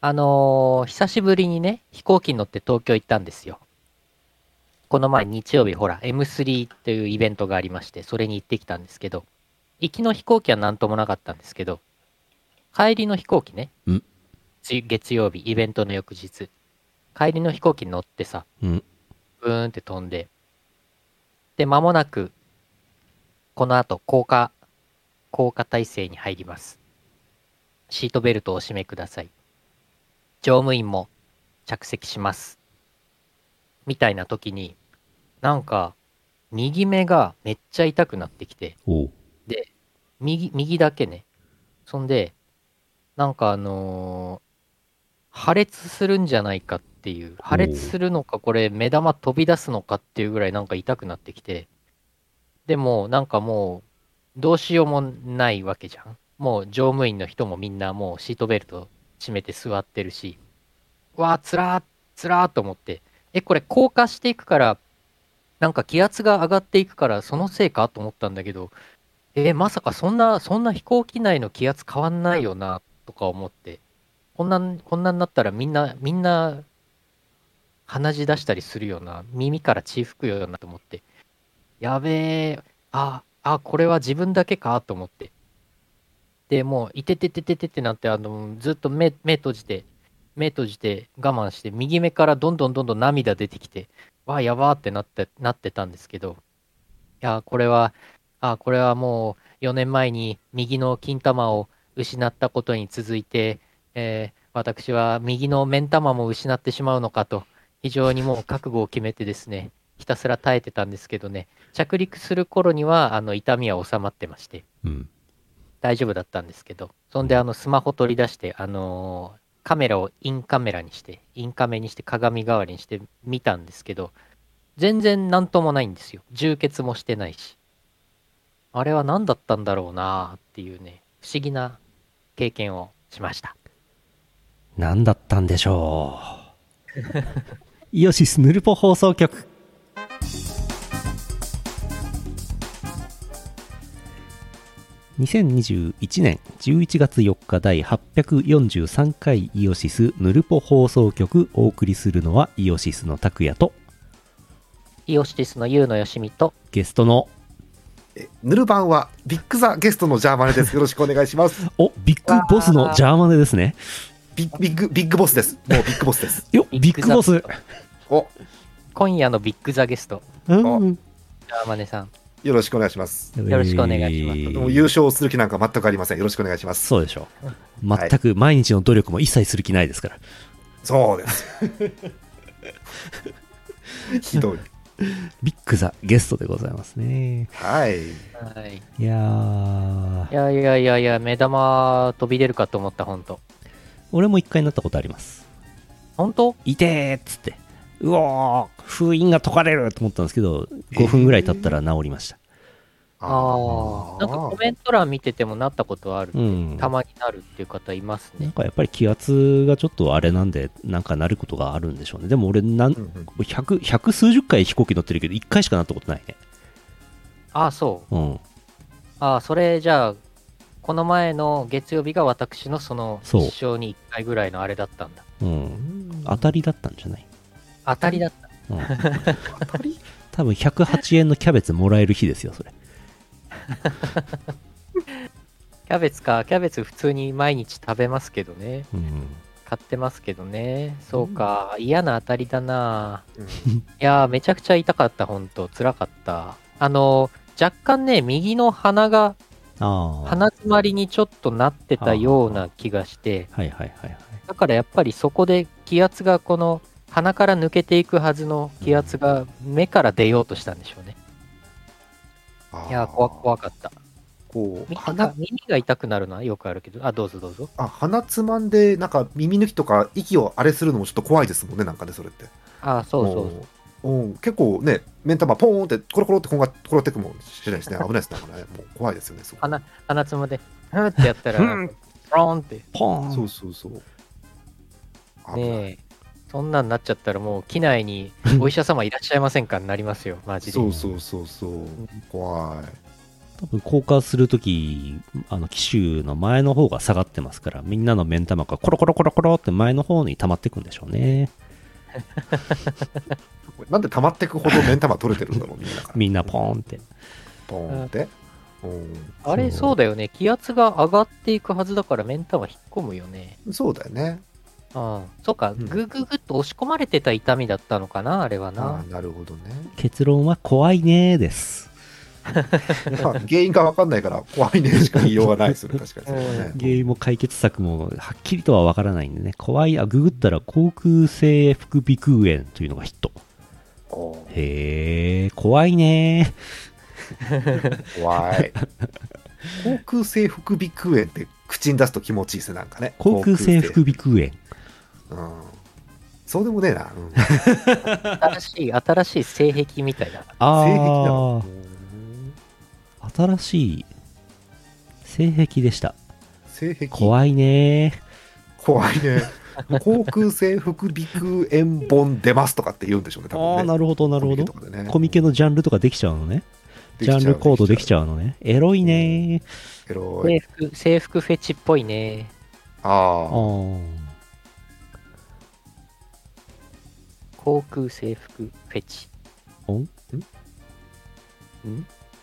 あのー久しぶりにね、飛行機に乗って東京行ったんですよ。この前日曜日、ほら、M3 というイベントがありまして、それに行ってきたんですけど、行きの飛行機はなんともなかったんですけど、帰りの飛行機ねん、つい月曜日、イベントの翌日、帰りの飛行機に乗ってさ、うん。ブーンって飛んで、で、間もなく、この後、降下、降下体制に入ります。シートベルトをお締めください。乗務員も着席します。みたいな時に、なんか、右目がめっちゃ痛くなってきて、おう。右、右だけね。そんで、なんかあのー破裂するんじゃないかっていう、破裂するのか、これ、目玉飛び出すのかっていうぐらいなんか痛くなってきて、でも、なんかもう、どうしようもないわけじゃん。もう、乗務員の人もみんなもうシートベルト締めて座ってるし、わあ、つらー、つらーと思って、え、これ、降下していくから、なんか気圧が上がっていくから、そのせいかと思ったんだけど、えーまさかそんな、そんな飛行機内の気圧変わんないよな、とか思って。こんなん、こんなんなったらみんな、みんな、鼻血出したりするよな、耳から血吹くよな、と思って。やべえ、あ、あ、これは自分だけか、と思って。で、もう、いててててててなって、あの、ずっと目、目閉じて、目閉じて我慢して、右目からどんどんどんどん涙出てきて、わあ、やばーってなって、なってたんですけど、いやー、これは、あ、これはもう4年前に右の金玉を失ったことに続いて、えー私は右の面玉も失ってしまうのかと、非常にもう覚悟を決めてですね、ひたすら耐えてたんですけどね、着陸する頃にはあの痛みは収まってまして、うん。大丈夫だったんですけど、そんであのスマホ取り出して、あのーカメラをインカメラにして、インカメにして鏡代わりにして見たんですけど、全然なんともないんですよ。充血もしてないし。あれは何だったんだろうなーっていうね、不思議な経験をしました。何だったんでしょう。 イオシスヌルポ放送局。2021年11月4日第843回イオシスヌルポ放送局お送りするのはイオシスの拓也とイオシティスのユウのよしみと、ゲストのえぬるばんはビッグザゲストのジャーマネです。よろしくお願いします。 おビッグボスのジャーマネですねビッビッグビッグボスです。もうビッグボスです。よビッグボスザお今夜のビッグザゲスト、うジんャーマネさん。よろしくお願いします。よろしくお願いしますえーもう優勝する気なんか全くありません。よろしくお願いします。そうでしょう。全く毎日の努力も一切する気ないですから。そう です。ひどい。ビッグザゲストでございますね。はい。はい、いいやー、やいやいやいや、目玉飛び出るかと思った、ほんと。俺も一回なったことあります。ほんといてーっつって、うおー、封印が解かれると思ったんですけど、5分ぐらい経ったら治りました。ああ。なんかコメント欄見ててもなったことある。うん。たまになるっていう方いますなんね。かやっぱり気圧がちょっとあれなんで、なんかなることがあるんでしょうね。でも俺なん、うんうん100、100数十回飛行機乗ってるけど、1回しかなったことないね。ああ、そう。うん。ああ、それじゃあ、この前の月曜日が私のそのそう一生に1回ぐらいのあれだったんだ。うん。当たりだったんじゃない当たりだった。うん多分108円のキャベツもらえる日ですよそれキャベツか、キャベツ普通に毎日食べますけどね。うん買ってますけどね。そうか、嫌な当たりだな。うんいやー、めちゃくちゃ痛かった、ほんと。辛かった。あのー、若干ね、右の鼻が、ああ鼻詰まりにちょっとなってたような気がして、はいはいはいはいだからやっぱりそこで気圧がこの鼻から抜けていくはずの気圧が目から出ようとしたんでしょうね。いやー、怖怖かった。こう耳鼻が耳が痛くなるのはよくあるけど、あ、どうぞどうぞ。あ鼻つまんでなんか耳抜きとか息をあれするのもちょっと怖いですもんねなんかねそれって。あ、そうそうそう。うんうん結構ね、目ん玉ポーンってコロコロってこんが転がってくもんしないです ね、危ないですね、だからね、もう怖いですよね、そこ鼻鼻つまんで、ふんってやったら、うポんーンって。ポーンそうそうそう。危ないねえ。そんなんなっちゃったらもう機内にお医者様いらっしゃいませんかになりますよ、マジで。そうそうそうそう、怖い。多分交換するとき、あの、機種の前の方が下がってますから、みんなの目ん玉がコロコロコロコロって前の方に溜まっていくんでしょうね。これなんで溜まってくほど目ん玉取れてるんだろう、みん なから。みんなポーンって。ポーンって。うんあれ、そうそうだよね。気圧が上がっていくはずだから、目ん玉引っ込むよね。そうだよね。ああ、そうか、んぐぐぐっと押し込まれてた痛みだったのかな、あれはあなあ。なるほどね。結論は怖いねーです。まあ原因が分かんないから、怖いねしか言いようがないですよね、確かにそれはね。原因も解決策もはっきりとはわからないんでね。怖い、あ、ググったら航空性副鼻腔炎というのがヒット。おーへえ、怖いね怖 い。航空性副鼻腔炎って口に出すと気持ちいいですね、なんかね。ー。航空性副鼻腔炎。うん。そうでもね えな。うん、新しい、新しい性癖みたいだな。性癖だろあ。うんあ、新しい性癖でした。性癖怖い怖いねね。航空性副鼻腔炎本出ますとかって言うんでしょうね、ー。多分ね。ああ、なるほど、なるほどコ。ミケとかでねコミケのジャンルとかできちゃうのね。ジャンルコードできちゃう。ゃうのね。エロいねー。エロ制い服、制服フェチっぽいね。あああ。ー航空制服フェチ。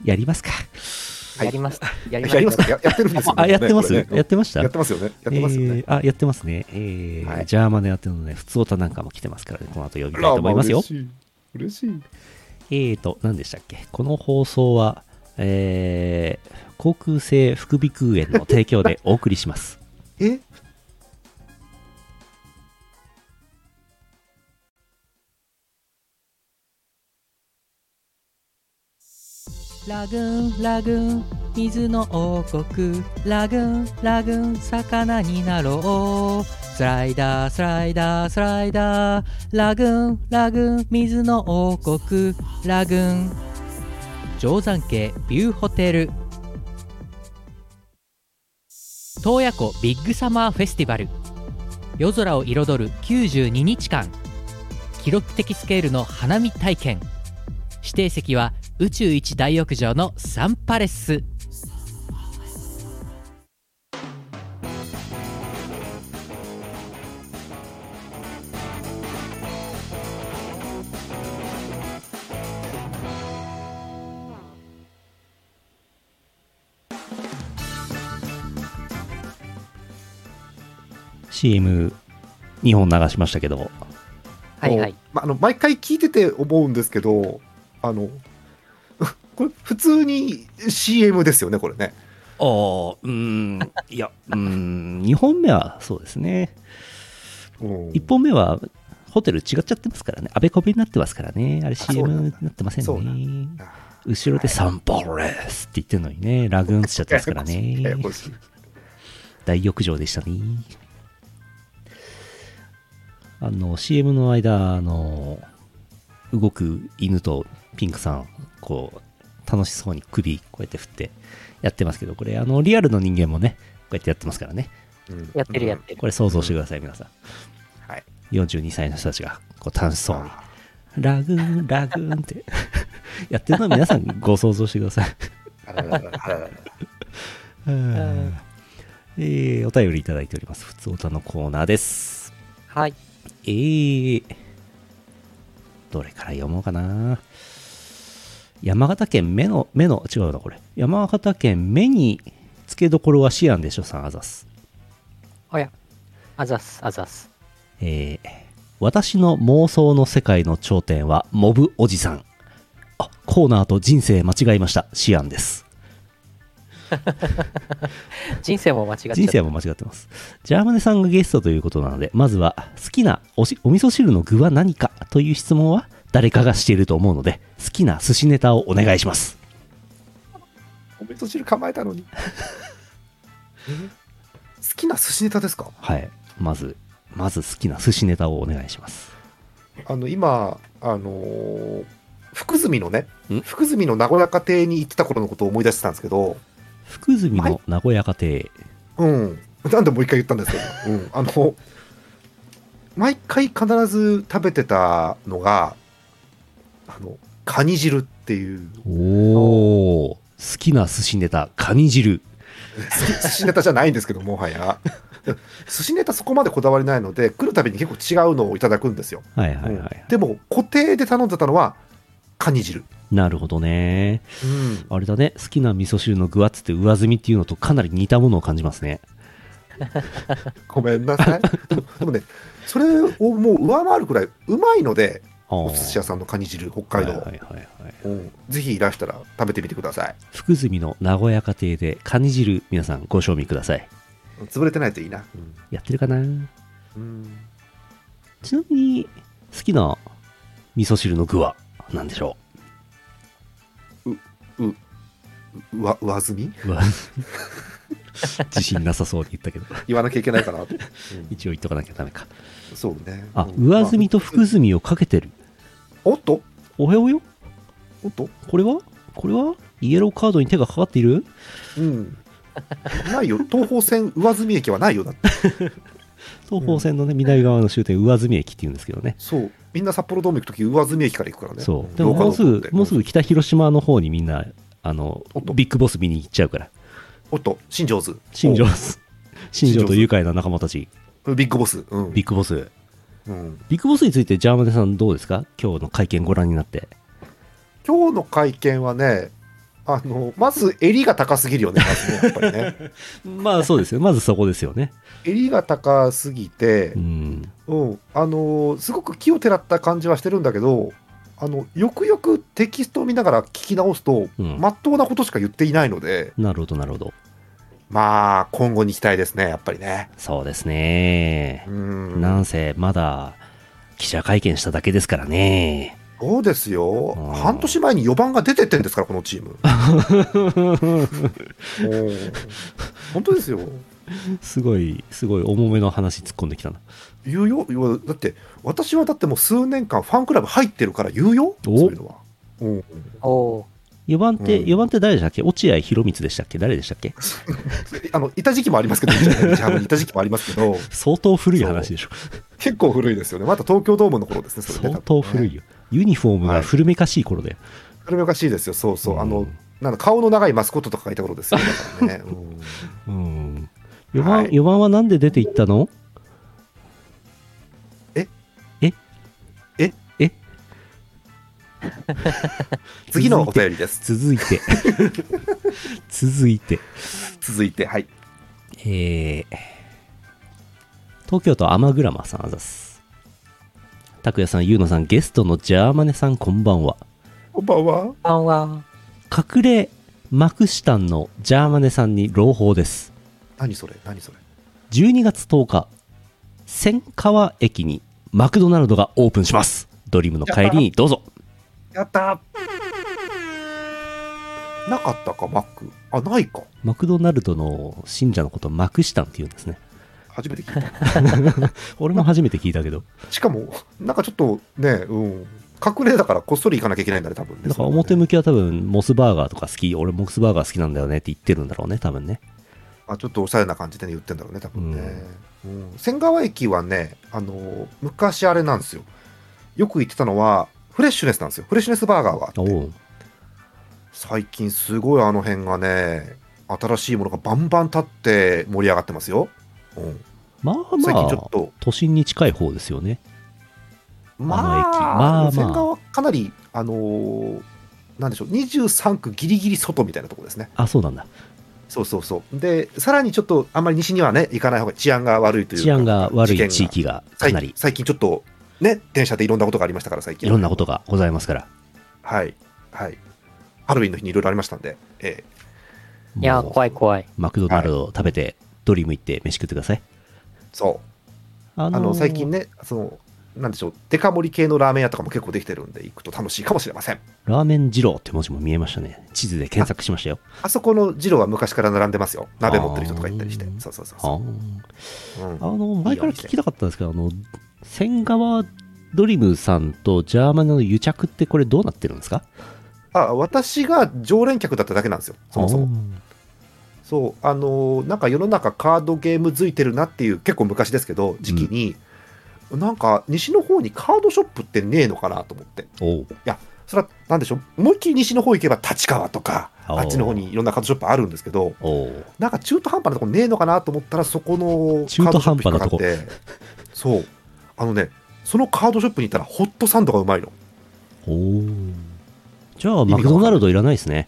やりますか。はいやり ます。やりまやりますす。かややってるんですよね。あ、やってまこすれねやってましたやってますよね。やってますよね。えーあ、やってますね。えーはいジャーマネやってるので、普通歌なんかも来てますからね、この後読みたいと思いますよ。嬉しい。嬉しい。えーと、何でしたっけこの放送は、えー航空性副鼻腔炎の提供でお送りします。えラグーン、ラグーン、水の王国。ラグーン、ラグーン、魚になろう。スライダー、スライダー、スライダー。ラグーン、ラグーン、水の王国。ラグーン。定山渓ビューホテル。洞爺湖ビッグサマーフェスティバル。夜空を彩る92日間。記録的スケールの花見体験。指定席は宇宙一大浴場のサンパレス CM、2本流しましたけど、はいはいこうまあ、あの毎回聞いてて思うんですけど、あの これ、普通に CM ですよね、これね。あー、うーん、いや、うー ん、2本目はそうですね。うん1本目は、ホテル違っちゃってますからね。あべこべになってますからね。あれそうなん CM にだなってませそうんなね。あ後ろでサンパレスって言ってるのにね、ラグーンしちゃってますからね。 ややこしいややこしい大浴場でしたね。あの、CM の間、あの、動く犬とピンクさん、こう、楽しそうに首こうやって振ってやってますけど、これ、あの、リアルの人間もね、こうやってやってますからね。うんやってるやってる、これ想像してください、皆さん。はい。 42歳の人たちが、こう、楽しそうに、ラグーン、ラグーンって、 やってるのは皆さんご想像してください。あらららららららうんえーお便りいただいております。普通歌のコーナーです。はいえー、どれから読もうかな。山形県目の、目の、違うな、これ。山形県目に付けどころはシアンでしょ、さんあざす。おやあざっすあざっすえー私の妄想の世界の頂点はモブおじさん。あ、コーナーと人生間違えました。シアンです。人生も間違っちゃった人生も間違ってます。ジャーマネさんがゲストということなので、まずは好きなおしお味噌汁の具は何かという質問は誰かがしていると思うので、好きな寿司ネタをお願いします。お味噌汁構えたのにえ好きな寿司ネタですかはい。まず、まず好きな寿司ネタをお願いします。あの今あのー福住のねん福住の和やか亭に行ってた頃のことを思い出してたんですけど福住の和やか亭。うん。なんでもう一回言ったんですけど、うん。あの、毎回必ず食べてたのが、あの、カニ汁っていう、おー。好きな寿司ネタ、カニ汁。 寿司ネタじゃないんですけどもはや 寿司ネタそこまでこだわりないので来るたびに結構違うのをいただくんですよ、はいはいはうんい。でも固定で頼んでたのはカニ汁、なるほどね。うん、あれだね、好きな味噌汁の具厚って上積みっていうのとかなり似たものを感じますね。ごめんなさいでもでもねそれをもう上回るくらいうまいのでおお寿司屋さんのカニ汁北海道、はいはいはいはい。うんぜひいらしたら食べてみてください福住の名古屋家庭でカニ汁、皆さんご賞味ください。潰れてないといいな、やってるかなうんちなみに、好きな味噌汁の具は何でしょうわ上積みううわ 自信なさそうに言ったけど、言わなきゃいけない かなと、一応言っとかなきゃダメか。そうねあ、うん上積みと福積みをかけてる。おっとおやおやおっとこれはこれはイエローカードに手がかかっているうんないよ東方線上積み駅はないよだって東方線のね、南側の終点、上積み駅っていうんですけどね。そうみんな札幌ドーム行く時上積み駅から行くからねそう。で廊もも下うすのぐとこ、もうすぐ北広島の方にみんな、あのおっ、とビッグボス見に行っちゃうから。おっと新庄図新庄、 新庄と愉快な仲間たち、おビッグボスうんビッグボス。うんビッグボスについて、ジャーマネさんどうですか今日の会見ご覧になって。今日の会見はねあのまず襟が高すぎるよねまずねやっぱり ねまあそうですよ。まずそこですよね。襟が高すぎてうん。うん、あのーすごく気をてらった感じはしてるんだけどあのよくよくテキストを見ながら聞き直すと、うんまっとうなことしか言っていないのでなるほど、なるほど。まあ今後に期待ですねやっぱりねそうですねう。んなんせ、まだ、記者会見しただけですからね。そうですようん半年前に4番が出てってんですからこのチー ムうん本当ですよすごい、すごい重めの話突っ込んできたな。言うよ言うだって私はだってもう数年間ファンクラブ入ってるから言うよそうおいうのは、うん、おお4番って、うん4番って誰でしたっけ落合博満でしたっけ誰でしたっけあのいた時期もあ りますけどジャーマンにいた時期もありますけど相当古い話でしょ。結構古いですよね。また東京ドームの頃ですね、それね相当古。多分ねいよ。ユニフォームが古めかしい頃だよ。それもおかしいですよ、そうそう。あうのん、なんだ顔の長いマスコットとかがいた 頃ですよ、だからね。ううんん。4番、はい四番はなんで出ていったのええええ 次のお便りです。続いて。続いて。続いて、はい。えー東京都アマグラマさんあざす。拓也さん、ゆうのさん、ゲストのジャーマネさん、こんばんは。こんばんは。こんばんは。隠れマクシタンのジャーマネさんに朗報です。何それ何それ12月10日、千川駅にマクドナルドがオープンします。ドリームの帰りにどうぞ。やったなかったか、マック。あ、ないか。マクドナルドの信者のことをマクシタンって言うんですね。初めて聞いた。俺も初めて聞いたけど。 しかも、なんかちょっとね、うん。隠れだからこっそり行かなきゃいけないんだね、多分ね。だから表向きは多分、モスバーガーとか好き、俺モスバーガー好きなんだよねって言ってるんだろうね、多分ね。あちょっとおしゃれな感じで、ね、言ってんだろうね、多分ね。うん仙川駅はね、あのー昔あれなんですよ。よく行ってたのは、フレッシュネスなんですよ。フレッシュネスバーガーがあっておう最近すごいあの辺がね、新しいものがバンバン立って盛り上がってますよ。うんまあま最近ちょあっ、と、都心に近い方ですよね。まあ、あの駅まあまあ仙川はかなり、あのーなんでしょう、23区ギリギリ外みたいなところですね。あ、そうなんだ。そうそうそう。で、さらにちょっと、あんまり西にはね、行かない方が治安が悪いというか治安が悪事件いが地域がか最なり、最近ちょっとね電車でいろんなことがありましたから最近いろんなことがございますから。はいはいハロウィンの日にいろいろありましたんで、えいやー、もう怖い怖い。マクドナルドを食べて、ドリーム行って飯食ってください。えそうああの最近。ねそのなんでしょうデカ盛り系のラーメン屋とかも結構できてるんで行くと楽しいかもしれませんラーメン二郎って文字も見えましたね。地図で検索しましたよ。あそこの二郎は昔から並んでますよ鍋持ってる人とか行ったりしてあーそうそうそうあそーう、うんあの、前から聞きたかったんですけど、あの、千川ドリームさんとジャーマネの癒着ってこれどうなってるんですかあ私が常連客だっただけなんですよそもそもそうあのーなんか世の中カードゲームづいてるなっていう結構昔ですけど時期に、なんか西の方にカードショップってねえのかなと思っておうそれは何でしょう思いっきり西の方行けば立川とかあおーあっちの方にいろんなカードショップあるんですけど、おーなんか中途半端なとこねえのかなと思ったら、そこの中途半端なとこカードショップ引っかかって、そう、あのね、そのカードショップに行ったら、ホットサンドがうまいの。おーじゃあ、味マがわかんないクドナルドいらないですね。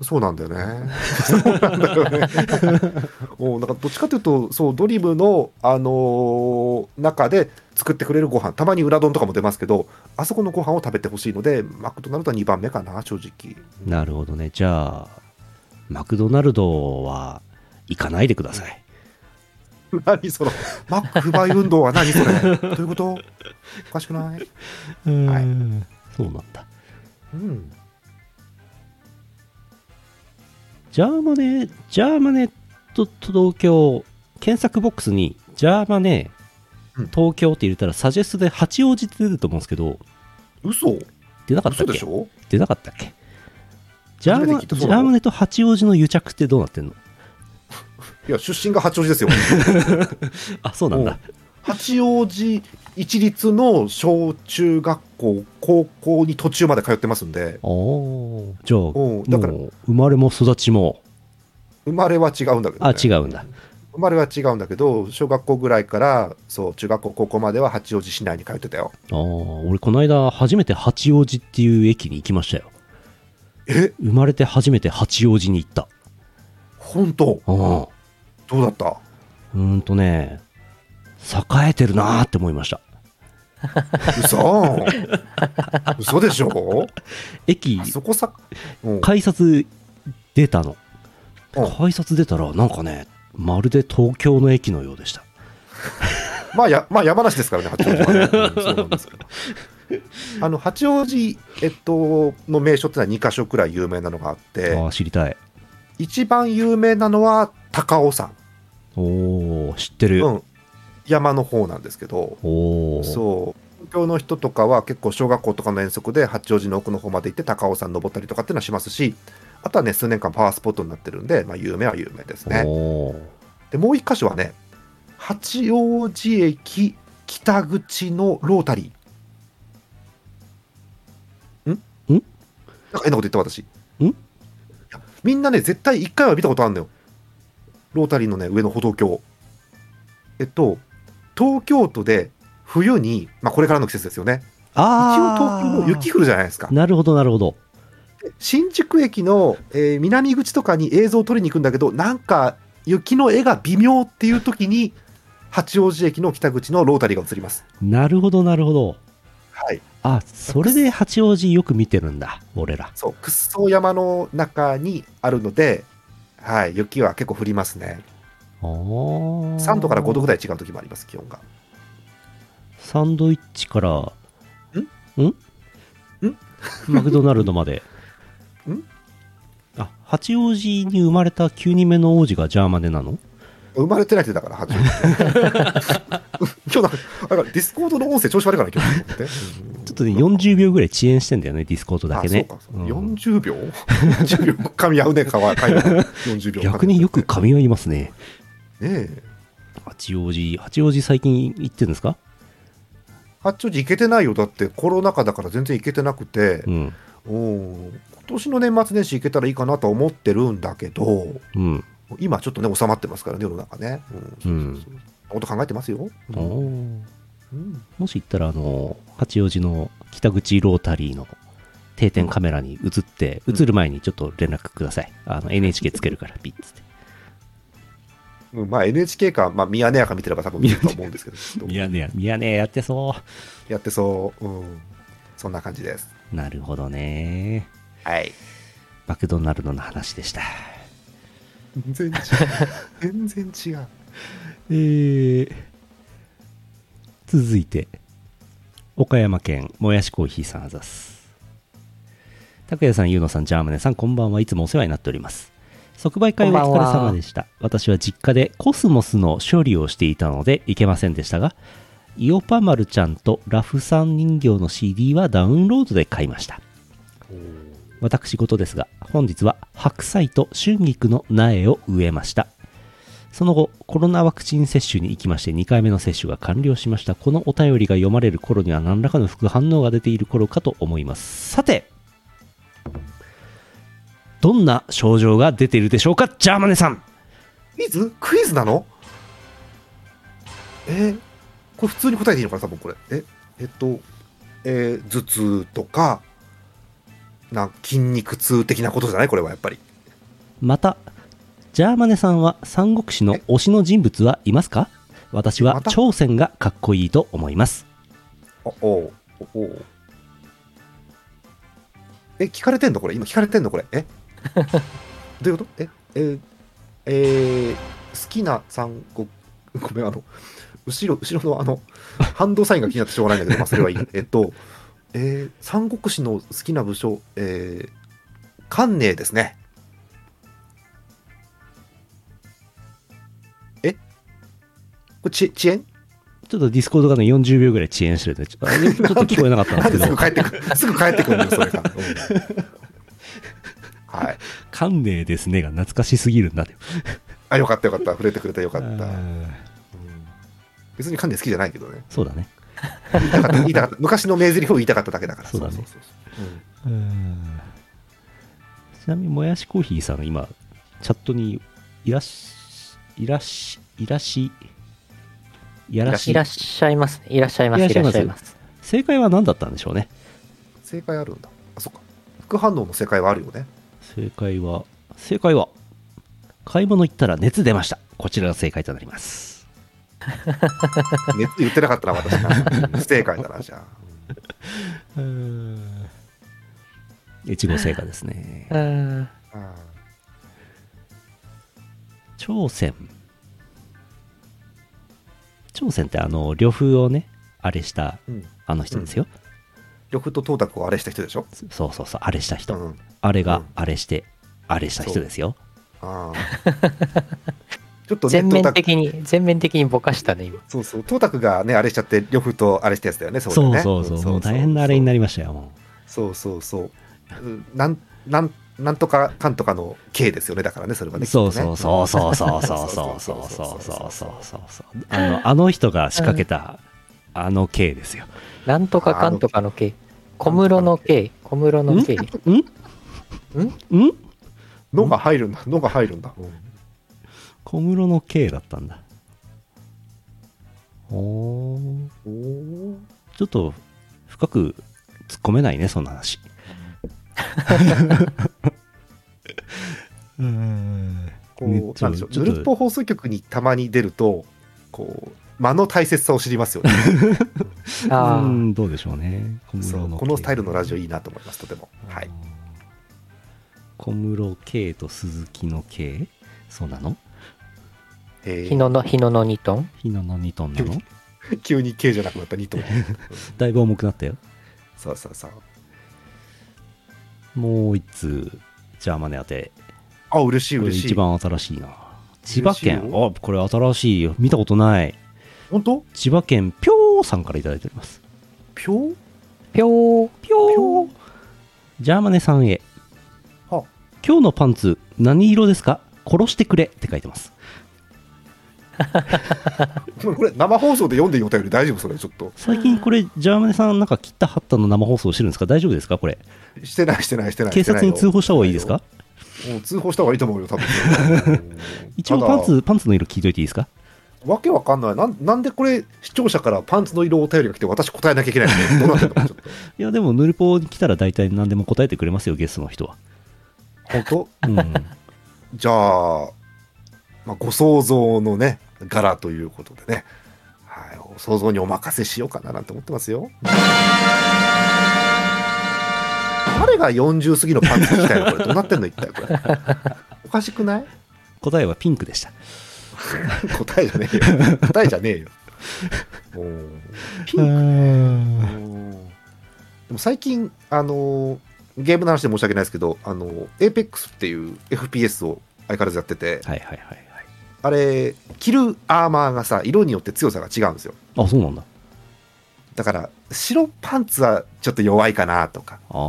そうなんだよね。 そうなんだよね。 もうなんかどっちかというと、そうドリブのあのー中で作ってくれるご飯、たまに裏丼とかも出ますけど、あそこのご飯を食べてほしいので、マクドナルドは2番目かな、正直。 なるほどね。じゃあ、マクドナルドは行かないでください。何そのマック不買運動は何それどういうことおかしくないはいそうなんだ。うんジャーマネ、ジャーマネと東京、検索ボックスに、ジャーマネうん、東京って入れたら、サジェストで八王子って出ると思うんですけど、嘘出なかった嘘っでけしょ出なかったっけジャー初めマて聞ジいたャーマネと八王子の癒着ってどうなってんのいや出身が八王子ですよあ、そうなんうだん。八王子一律の小中学校高校に途中まで通ってますんでおーじゃあ、おうだからもう生まれも育ちも、生まれは違うんだけど、あ、ね、違うんだ。生まれは違うんだけど小学校ぐらいからそう中学校高校までは八王子市内に通ってたよああ、俺この間初めて八王子っていう駅に行きましたよ。え生まれて初めて八王子に行った。本当あーどうだったうーんとね、栄えてるなーって思いました。嘘 嘘でしょ駅あ、そこさ、うん、改札出たの。うん改札出たら、なんかね、まるで東京の駅のようでした。まあや、まあ、山梨ですからね、八王子 はね。うんそうなんですけどあの八王子、えっと、の名所ってのは2か所くらい有名なのがあっあて、ー知りたい。一番有名なのは高尾山、おー、知ってる。うん、山の方なんですけど、おー。そう。東京の人とかは結構小学校とかの遠足で八王子の奥の方まで行って高尾山登ったりとかっていうのはしますし、あとはね、数年間パワースポットになってるんで、まあ、有名は有名ですね。おーで、もう一箇所はね、八王子駅北口のロータリー。んんなんか変なこと言った私。んいやみんなね、絶対一回は見たことあるのよ。ロータリーのね、上の歩道橋。えっと、東京都で冬に、まあこれからの季節ですよね。一応東京あも雪降るじゃないですかー。なるほど、なるほど。新宿駅の、えー南口とかに映像を撮りに行くんだけどなんか雪の絵が微妙っていう時に八王子駅の北口のロータリーが映りますなるほど、なるほど。はいあ、それで八王子よく見てるんだ、俺ら。そうくっそ山の中にあるのではい雪は結構降りますねおー3度から5度ぐらい違う時もあります気温がサンドイッチから、んんん マクドナルドまで。んあ、八王子に生まれた9人目の王子がジャーマネなの生まれてないってだから八王子 今日なんかなんかディスコードの音声調子悪いから今日と思ってちょっとね、40秒ぐらい遅延してんだよね、ディスコードだけねあ。そうか、うん40秒40秒噛み合うねか わい会話40秒逆によく髪がいますね。ねえ八王子、八王子最近行ってるんですか八王子行けてないよだってコロナ禍だから全然行けてなくてう、ん。うん今年の年末年始行けたらいいかなとは思ってるんだけどうん。今ちょっとね収まってますからね世の中ね、うんうんそうそうそうそんなこと考えてますよ、うんおーうんもし行ったら、あの、八王子の北口ロータリーの定点カメラに映って、うん映る前にちょっと連絡ください。あの、NHK つけるから、ピッつって。うんまあ NHK か、まあ、ミヤネ屋か見てれば多分見ると思うんですけどきっ とミヤネ屋、ミヤネ屋やってそやってそう、うん、そんな感じですう。なるほどね。はいマクドナルドの話でした。全然違う 全然違うえー、続いて、岡山県、もやしコーヒーさんあざす。拓也さん、ゆうのさん、ジャーマネさん、こんばんはいつもお世話になっております。即売会お疲れ様でした。私は実家でコスモスの処理をしていたので行けませんでしたが、イオパマルちゃんとラフさん人形の CD はダウンロードで買いました。私事ですが、本日は白菜と春菊の苗を植えました。その後、コロナワクチン接種に行きまして2回目の接種が完了しました。このお便りが読まれる頃には何らかの副反応が出ている頃かと思います。さて、どんな症状が出ているでしょうかジャーマネさんクイズクイズなのえーこれ普通に答えていいのかな多分これええっとえー頭痛とかなん筋肉痛的なことじゃないこれはやっぱりまたジャーマネさんは三国志の推しの人物はいますか私はまた朝鮮がかっこいいと思いますあおうおうえ聞かれてんのこれ今聞かれてんのこれえ どういうことええーえー好きな三国 ごめんあの後ろ後ろのあのハンドサインが気になってしょうがないんだけど、まあ、それはいいえっとえー三国志の好きな武将えー関寧ですねえこれち遅延ちょっとディスコードがね40秒ぐらい遅延してるんでちょっとあれちょっと聞こえなかったんでなんすけで すどぐ帰っ てくる、すぐ帰ってくるんだよ、それが。うんはい。 「観念ですね」が懐かしすぎるんだってあ、よかったよかった。触れてくれてよかあった。ー別に関連好きじゃないけどね。そうだね言いたかった、言いたかった。昔の名台詞を言いたかっただけだから。そうだねそうそううんうんちなみにもやしコーヒーさん今チャットにいらっしいらっしいらっしやらしいらっしゃいますね。いらっしゃいます。いいららっっししゃゃいいまます。正解は何だったんでしょうね正解あるんだ。あ、そっか。副反応の正解はあるよね。正解は正解は買い物行ったら熱出ましたこちらが正解となります熱言ってなかったな、私な。不正解だな、じゃあ。うん越後正解ですねうーん。あ朝鮮朝鮮ってあの呂布をねあれしたーうん。あの人ですよ、呂布と東卓をあれした人でしょ。そうそうそうあれした人、うん。あれうがんあれして、あれした人ですよ。あーちょっとね、全東面卓、的に、全面的にぼかしたね、今。そうそう、東卓がね、あれしちゃって、呂布とあれしたやつだよね、そうだよねそうそうもう大変なあれになりましたよ、もそうそうそう。うんなん、なん、なんとかかんとかの K ですよね。だからね、それはう。ね。そうそうう。そうそうそうそうそうそうそうそうそうそうそう。あの、あの人が仕掛けた、あの刑ですよ。なんとかかんとかの刑。小室の刑。小室の刑。んんんのが入るんだ。のが入るんだ。小室の刑だったんだ。おーおお。ちょっと深く突っ込めないね、そんな話。 うん。こねう、なんでしょう。ちょヌっとルポ放送局にたまに出ると、こう、間の大切さを知りますよね。あうあ。ん、どうでしょうね。小室そうのこのスタイルのラジオいいなと思います、とても。はい。。小室圭と鈴木の圭そうなのえ日野の、日野の2トン。日野の2トンなの急に K じゃなくなった、ニトン。だいぶ重くなったよ。そうそうそう。もう一通、ジャーマネ当て。あ、嬉しい、これ嬉しい。一番新しいな。千葉嬉し県、いあ、これ新しいよ。見たことない。本当 千葉県、ぴょーさんからいただいております。ぴょうぴょー。ぴょージャーマネさんへ。は今日のパンツ、何色ですか殺してくれって書いてます。これ、生放送で読んでいいお便り大丈夫それ、ちょっと。最近これ、ジャーマネさんなんか切ったはったの生放送してるんですか大丈夫ですかこれ。してない、してない、してない。警察に通報した方がいいですかもう通報した方がいいと思うよ、多分 一応パンツ、パンツの色聞いといていいですかただわけわかんないなん。なんでこれ、視聴者からパンツの色お便りが来て、私答えなきゃいけないのどうなってんのかちょっと。いや、でも、ヌルポに来たら大体何でも答えてくれますよ、ゲストの人は。本当うん。じゃあ、まあ、ご想像のね、柄ということでね、はい、お想像にお任せしようかななんて思ってますよ。彼が40過ぎのパンツ着たいのこれ、どうなってんの一体これ。おかしくない答えはピンクでした。答えじゃねえよ。答えじゃねえよ。もうピンクうん。でも最近、あのーゲームの話で申し訳ないですけど、あのー、APEX っていう FPS を相変わらずやってて、はいはいはいはい。あれ、着るアーマーがさ、色によって強さが違うんですよ。あ、そうなんだ。だから、白パンツはちょっと弱いかなとか、ああ。うんあ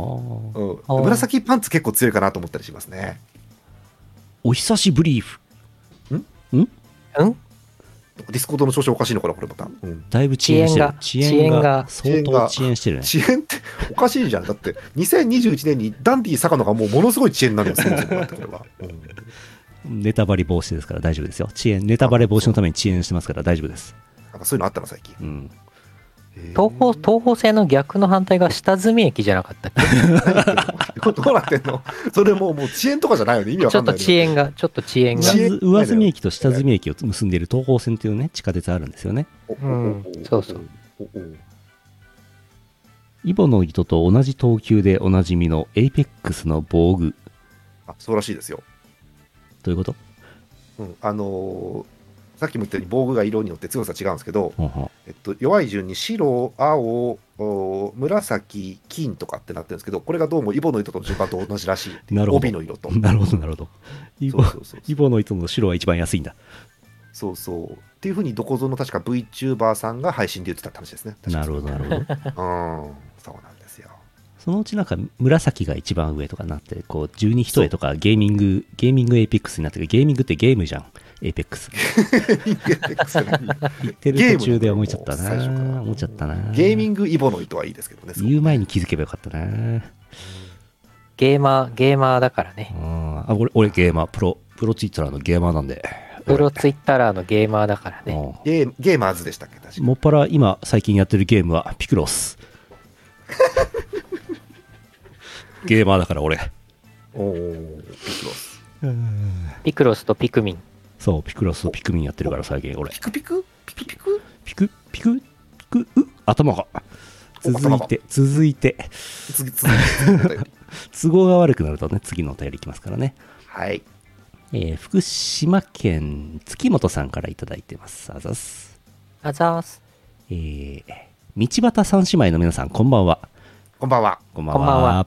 ー紫パンツ結構強いかなと思ったりしますね。お久しぶりーふ。んディスコードの調子おかしいのかな、これまた。うんだいぶ遅延してる。遅延が遅延遅延がが相当遅延してるね。遅延っておかしいじゃん。だって、2021年にダンディ坂野がもうものすごい遅延になるよ、そもそもだってこれは。うんネタバレ防止ですから大丈夫ですよ。遅延、ネタバレ防止のために遅延してますから大丈夫です。なんかそういうのあったな、最近。うん。東方、東方線の逆の反対が下積み駅じゃなかったっけ方どうなってんのそれもうもう遅延とかじゃないよね、意味わちょかっとんないよ遅延が、ちょっと遅延が遅。上延上積み駅と下積み駅を結んでいる東方線というね、地下鉄あるんですよね。おおうおんおそうそうおおおイボの糸と同じ等級でおなじみのエイペックスの防具。あそうらしいですよ、ということうん、あのーさっきも言ったように防具が色によって強さ違うんですけど、ほんほんえっと、弱い順に白、青、お紫、金とかってなってるんですけど、これがどうもイボの糸との順番と同じらしいっていう。なるほど帯の色と。なるほど、なるほど。イそボうそうそうイボの糸の白は一番安いんだ。そうそう。っていうふうにどこぞの確か VTuber さんが配信で言ってたって話ですね。確かなるほど、なるほ ど。うん、そうなんですよ。そのうちなんか紫が一番上とかなって、こう、十二一重とかゲーミング、ゲーミングエイペックスになってるゲーミングってゲームじゃん。エイペックス。言ってる途中で思いちゃったゲームなんだもう最初からな。思っちゃったな。ゲーミングイボの糸はいいですけどね。すごく言う前に気づけばよかったな。ゲーマー、ゲーマーだからね。ああ、俺、俺ゲーマー、プロ、プロツイッターのゲーマーなんで。プロツイッターのゲーマーだからね。うんゲーゲーマーズでしたっけ確かもっぱら今、最近やってるゲームはピクロス。 ゲーマーだから俺。おおー、びっくりですピクロスとピクミン。そう、ピクロスとピクミンやってるから最近俺。ピクピクピクピクピク、ピク、ピク、う、頭が。続いて、続いて、次、次、次お便り都合が悪くなるとね、次のお便りいきますからね。はい。えー福島県月本さんからいただいてます。あざす。あざーす。えー道端三姉妹の皆さん、こんばんは。こんばんは。こんばんは。こんばんは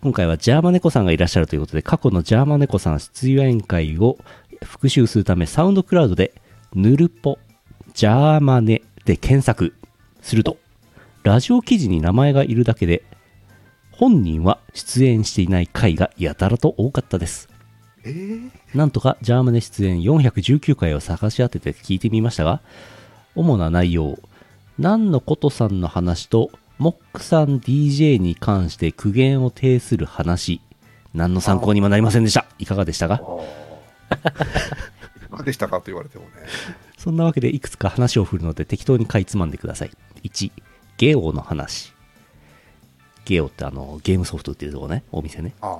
今回はジャーマネコさんがいらっしゃるということで、過去のジャーマネコさん出演会を復習するため、サウンドクラウドで、ぬるぽ、ジャーマネで検索すると、ラジオ記事に名前がいるだけで、本人は出演していない回がやたらと多かったです。えー、なんとかジャーマネ出演419回を探し当てて聞いてみましたが、主な内容、何のことさんの話と、モックさん DJ に関して苦言を呈する話、何の参考にもなりませんでした。いかがでしたか何でしたかと言われてもね。そんなわけでいくつか話を振るので適当にかいつまんでください。1、ゲオの話。ゲオってあの、ゲームソフト売ってるとこね、お店ね。あ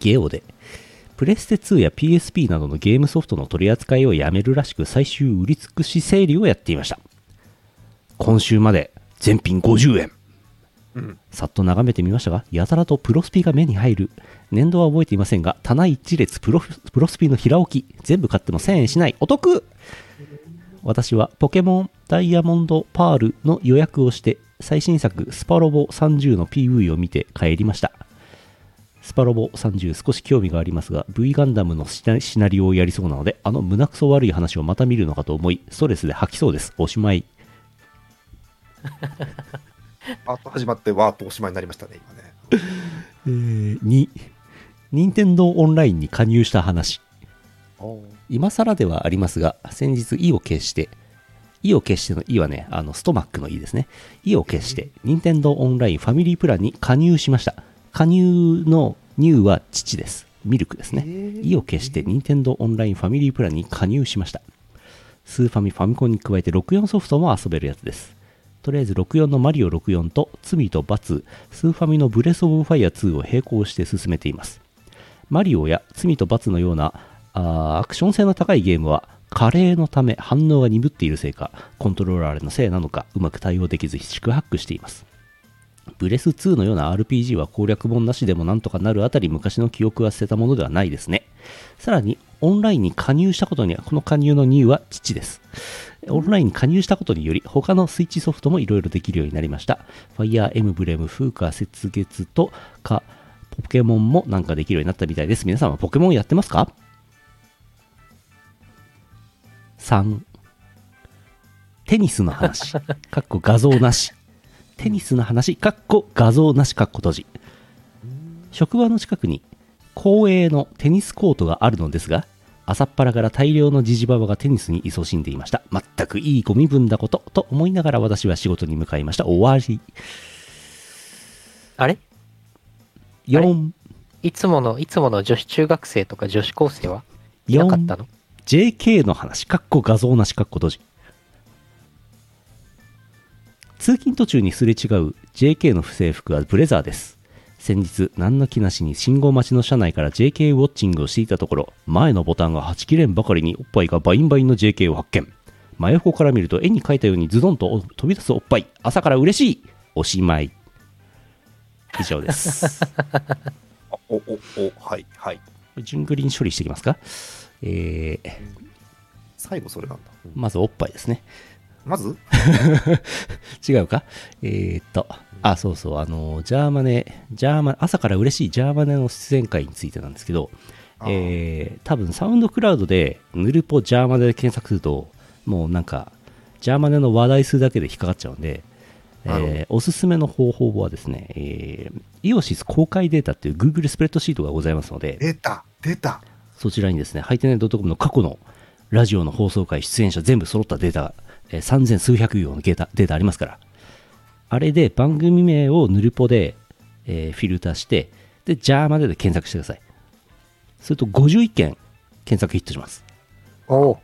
ゲオで、プレステ2や PSP などのゲームソフトの取り扱いをやめるらしく最終売り尽くし整理をやっていました。今週まで全品50円。ーうん。さっと眺めてみましたが、やたらとプロスピが目に入る。年度は覚えていませんが、棚一列プロプロスピの平置き、全部買っても1000円しない、お得私はポケモンダイヤモンドパールの予約をして、最新作スパロボ30の PV を見て帰りました。スパロボ30少し興味がありますが V ガンダムのシナシナリオをやりそうなのであの胸くそ悪い話をまた見るのかと思いストレスで吐きそうですおしまいあと始まって、わーっとおしまいになりましたね、今ね。えー、2任天堂オンラインに加入した話おー今更ではありますが先日「意」を消して「意」を消しての「意」はねあのストマックの「意」ですね「意」を消して任天堂オンラインファミリープランに加入しました加入の「入」は父ですミルクですねえー意を決して任天堂オンラインファミリープランに加入しましたスーファミファミコンに加えて64ソフトも遊べるやつですとりあえず64のマリオ64と罪と罰スーファミのブレス・オブ・ファイア2を並行して進めていますマリオや罪と罰のようなあーアクション性の高いゲームは加齢のため反応が鈍っているせいかコントローラーのせいなのかうまく対応できず四苦八苦していますブレス2のような RPG は攻略本なしでもなんとかなるあたり昔の記憶は捨てたものではないですねさらにオンラインに加入したことにはこの加入の2は父ですオンラインに加入したことにより他のスイッチソフトもいろいろできるようになりましたファイアーエムブレム風化雪月とかポケモンもなんかできるようになったみたいです皆さんはポケモンやってますか ?3 テニスの話かっこ画像なしテニスの話、かっこ画像なしかっこ閉じ。職場の近くに公営のテニスコートがあるのですが、朝っぱらから大量のジジババがテニスに勤しんでいました全くいいご身分だことと思いながら私は仕事に向かいました終わりあれ4いつもの、いつもの女子中学生とか女子高生はいなかったの JK の話、かっこ画像なし、かっこ閉じ。通勤途中にすれ違う JK の不正服はブレザーです。先日、何の気なしに信号待ちの車内から JK ウォッチングをしていたところ、前のボタンが8切れんばかりにおっぱいがバインバインの JK を発見。真横から見ると絵に描いたようにズドンと飛び出すおっぱい。朝から嬉しいおしまい。以上です。あおおおはいはい順繰りに処理していきますか。えー、最後それなんだ、うんまずおっぱいですね。まず違うかえーっと、あ、そうそう、あの、ジャーマネ、ジャーマ朝から嬉しいジャーマネの出演会についてなんですけど、あーえー、多分サウンドクラウドで、ヌルポジャーマネで検索すると、もうなんか、ジャーマネの話題数だけで引っかかっちゃうんで、えなるほーおすすめの方法はですね、えーイオシス公開データっていう Google スプレッドシートがございますので、出た出たそちらにですね、ハイテナイト .com の過去のラジオの放送回出演者全部揃ったデータ、えー、3000数百行のデータデータありますから、あれで番組名をヌルポで、えーフィルターして、で、ジャーまでで検索してください。すると51件検索ヒットします。おう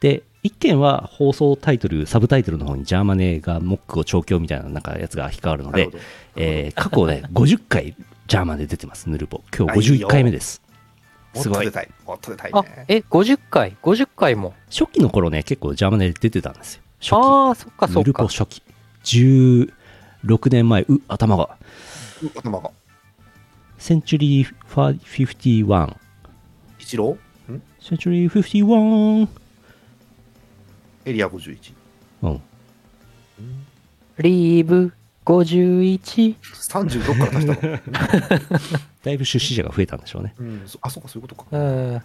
で、1件は放送タイトル、サブタイトルの方にジャーマネがモックを調教みたいななんかやつが引っかかるのなでるほ、どえー過去ね、50回ジャーマネ出てます、ヌルポ。今あい日い51よ回目です。もっすとごい出たいもっと出たいあね、え、50回 ?50 回も。初期の頃ね、結構ジャーマネ出てたんですよ。初期。ああ、そっかそヌっルか。ポ初期16年前う頭がう頭がセンチュリー51一郎んセンチュリー51エリア51うんリーブ51。 36から足したの、だいぶ出資者が増えたんでしょうねうん、そあそうかそういうことかうん。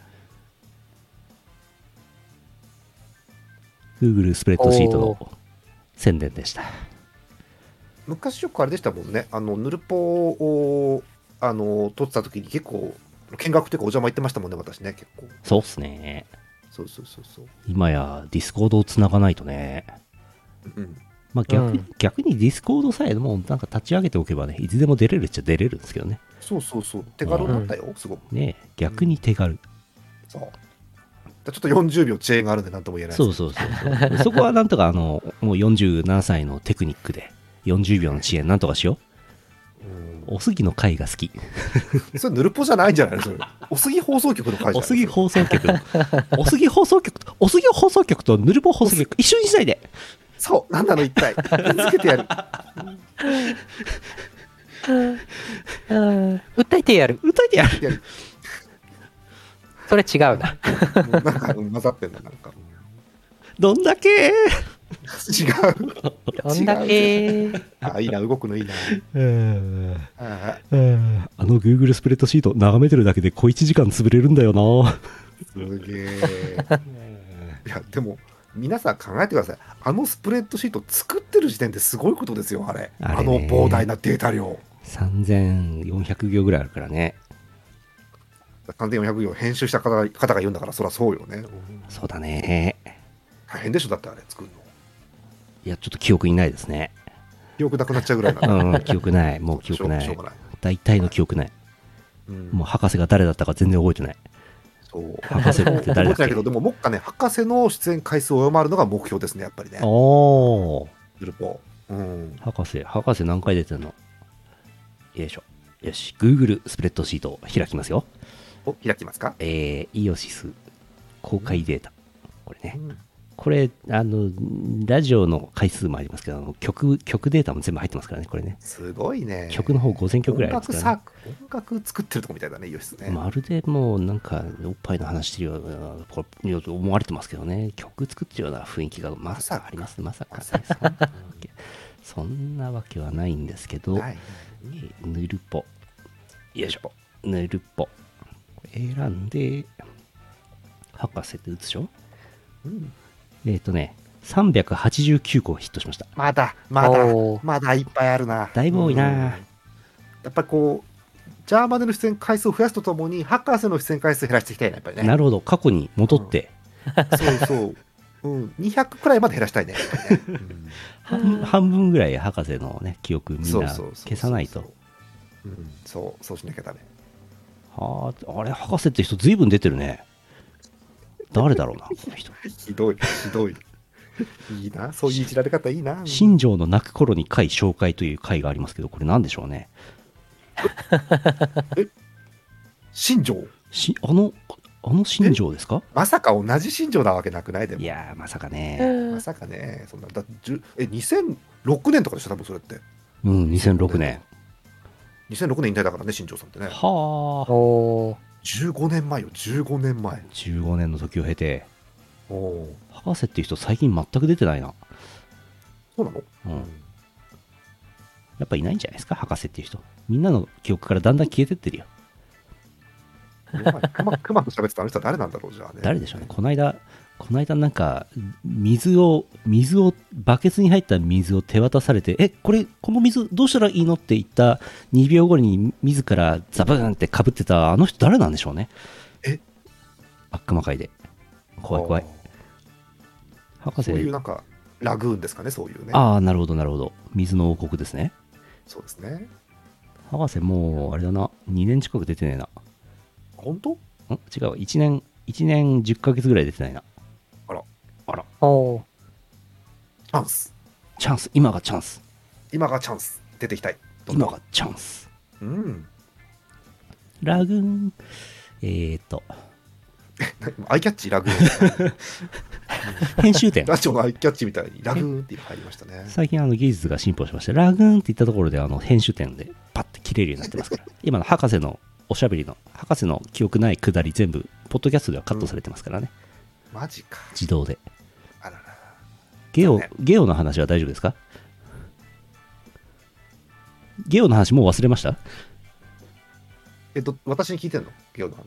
Google スプレッドシートの宣伝でした昔よくあれでしたもんねあのヌルポをあの撮ってた時に結構見学というかお邪魔行ってましたもんね私ね結構そうっすねそうそうそうそう今やディスコードをつながないとねうんまあ逆,、うにん逆にディスコードさえもうなんか立ち上げておけばねいつでも出れるっちゃ出れるんですけどねそうそうそう手軽だったよ、すごくねえ逆に手軽、そうだからちょっと40秒遅延があるんで何とも言えないですそうそうそうそう。そこはなんとかあの、もう47歳のテクニックで、40秒の遅延なんとかしようんう。おすぎの回が好き。それヌルポじゃないんじゃないのそれ おすぎ放送局の会社おすぎ放送局。おすぎ放送局と、おすぎ放送局とヌルポ放送局、一緒にしないで。そうなんなの一体続けてやるうんうん訴えてやる。歌いてやる。やるそれ違うな。もうなんかうん混ざってんだなんかどんだけ違うどんだけ。あいいな動くのいいなうんあうんあの Google スプレッドシート眺めてるだけで小1時間潰れるんだよな。すげえいやでも皆さん考えてくださいあのスプレッドシート作ってる時点ですごいことですよあれああれねの膨大なデータ量3400行ぐらいあるからね。 3400行編集した方が方が言うんだからそりゃそうよね、うんそうだね。大変でしょだってあれ作るのいや、ちょっと記憶にないですね。記憶なくなっちゃうぐらいなうのん、記憶ない。もう記憶なしょういしょう。がない、大体の記憶ない。うんもう博士が誰だったか全然覚えてない。そう博士って覚誰だっえてなけいけど、でも、もっかね、博士の出演回数を上回るのが目標ですね、やっぱりね。おー。ルポ。うん。博士、博士何回出てんのよいしょ。よし、Google スプレッドシートを開きますよ。お、開きますか。えー、イオシス公開データ。これね。うんこれ、あの、ラジオの回数もありますけど、あの曲、曲データも全部入ってますからね、これね。すごいね。曲の方5000曲ぐらいあ音ります楽からね。さ、音楽作ってるとこみたいだね、イオシスね。まるでもうなんかおっぱいの話してるようなこれようと思われてますけどね曲作ってるような雰囲気がまさかありますまさかねそんなわけそんなわけはないんですけど、はい。えーぬるぽよいしょぬるぽこれ選んで博士って打つでしょうんえっ、とね389個ヒットしましたまだ、まだおー、まだいっぱいあるな。だいぶ多いなうんやっぱこう、ジャーマネの出演回数を増やすとともに、博士の出演回数減らしていきたいな、やっぱりね。なるほど、過去に戻って、そうそう。うん、200くらいまで減らしたいね。やっぱりね半うん分半分ぐらい博士のね、記憶みんそうなそうそうそう消さないと。。うん、そう、そうしなきゃダメ。はあ、あれ、博士って人ずいぶん出てるね。誰だろうな、この 人。ひどい、ひどい。いいな、そういういじられ方いいな。新庄の泣く頃に回紹介という回がありますけど、これ何でしょうね。新庄しあの、あの新庄ですかまさか同じ新庄なわけなくないでいも。やー、まさかね。まさかね、そんな、だじゅえ、2006年とかでしょ、多分それって。うん、2006年。 2006年引退だからね、新庄さんってね。はあ。おー15年前よ、15年前。 15年の時を経て、おお。博士っていう人最近全く出てないな。そうなのうん。やっぱいないんじゃないですか、博士っていう人。みんなの記憶からだんだん消えてってるよ。熊 熊と喋ってたあの人は誰なんだろうじゃあね。誰でしょうね。こないだ、こないだなんか、水を、水を、バケツに入った水を手渡されて、え、これ、この水どうしたらいいのって言った2秒後に自らザブーンって被ってたあの人誰なんでしょうね。え悪魔界で。怖い怖いあ。博ー。士そういうなんか、ラグーンですかね、そういうね。ああ、なるほど、なるほど。水の王国ですね。そうですね。博士、もう、あれだな。2年近く出てねえな。本当ん違うわ。1年、1年10ヶ月ぐらい出てないな。おーチャンス。チャンス。今がチャンス。今がチャンス。出てきたい。どんど今んがチャンス。うん。ラグーン。えーっと、アイキャッチ、ラグ ーン。編集 点。ラジオのアイキャッチみたいに、ラグーンって入りましたね。最近あの技術が進歩しまして、ラグーンって言ったところであの編集点でパッて切れるようになってますから。今の博士のおしゃべりの、博士の記憶ないくだり全部、ポッドキャストではカットされてますからね。マジか。自動で。あらら。ゲそうオね、ゲオの話は大丈夫ですかゲオの話もう忘れましたえっと、私に聞いてんのゲオの話。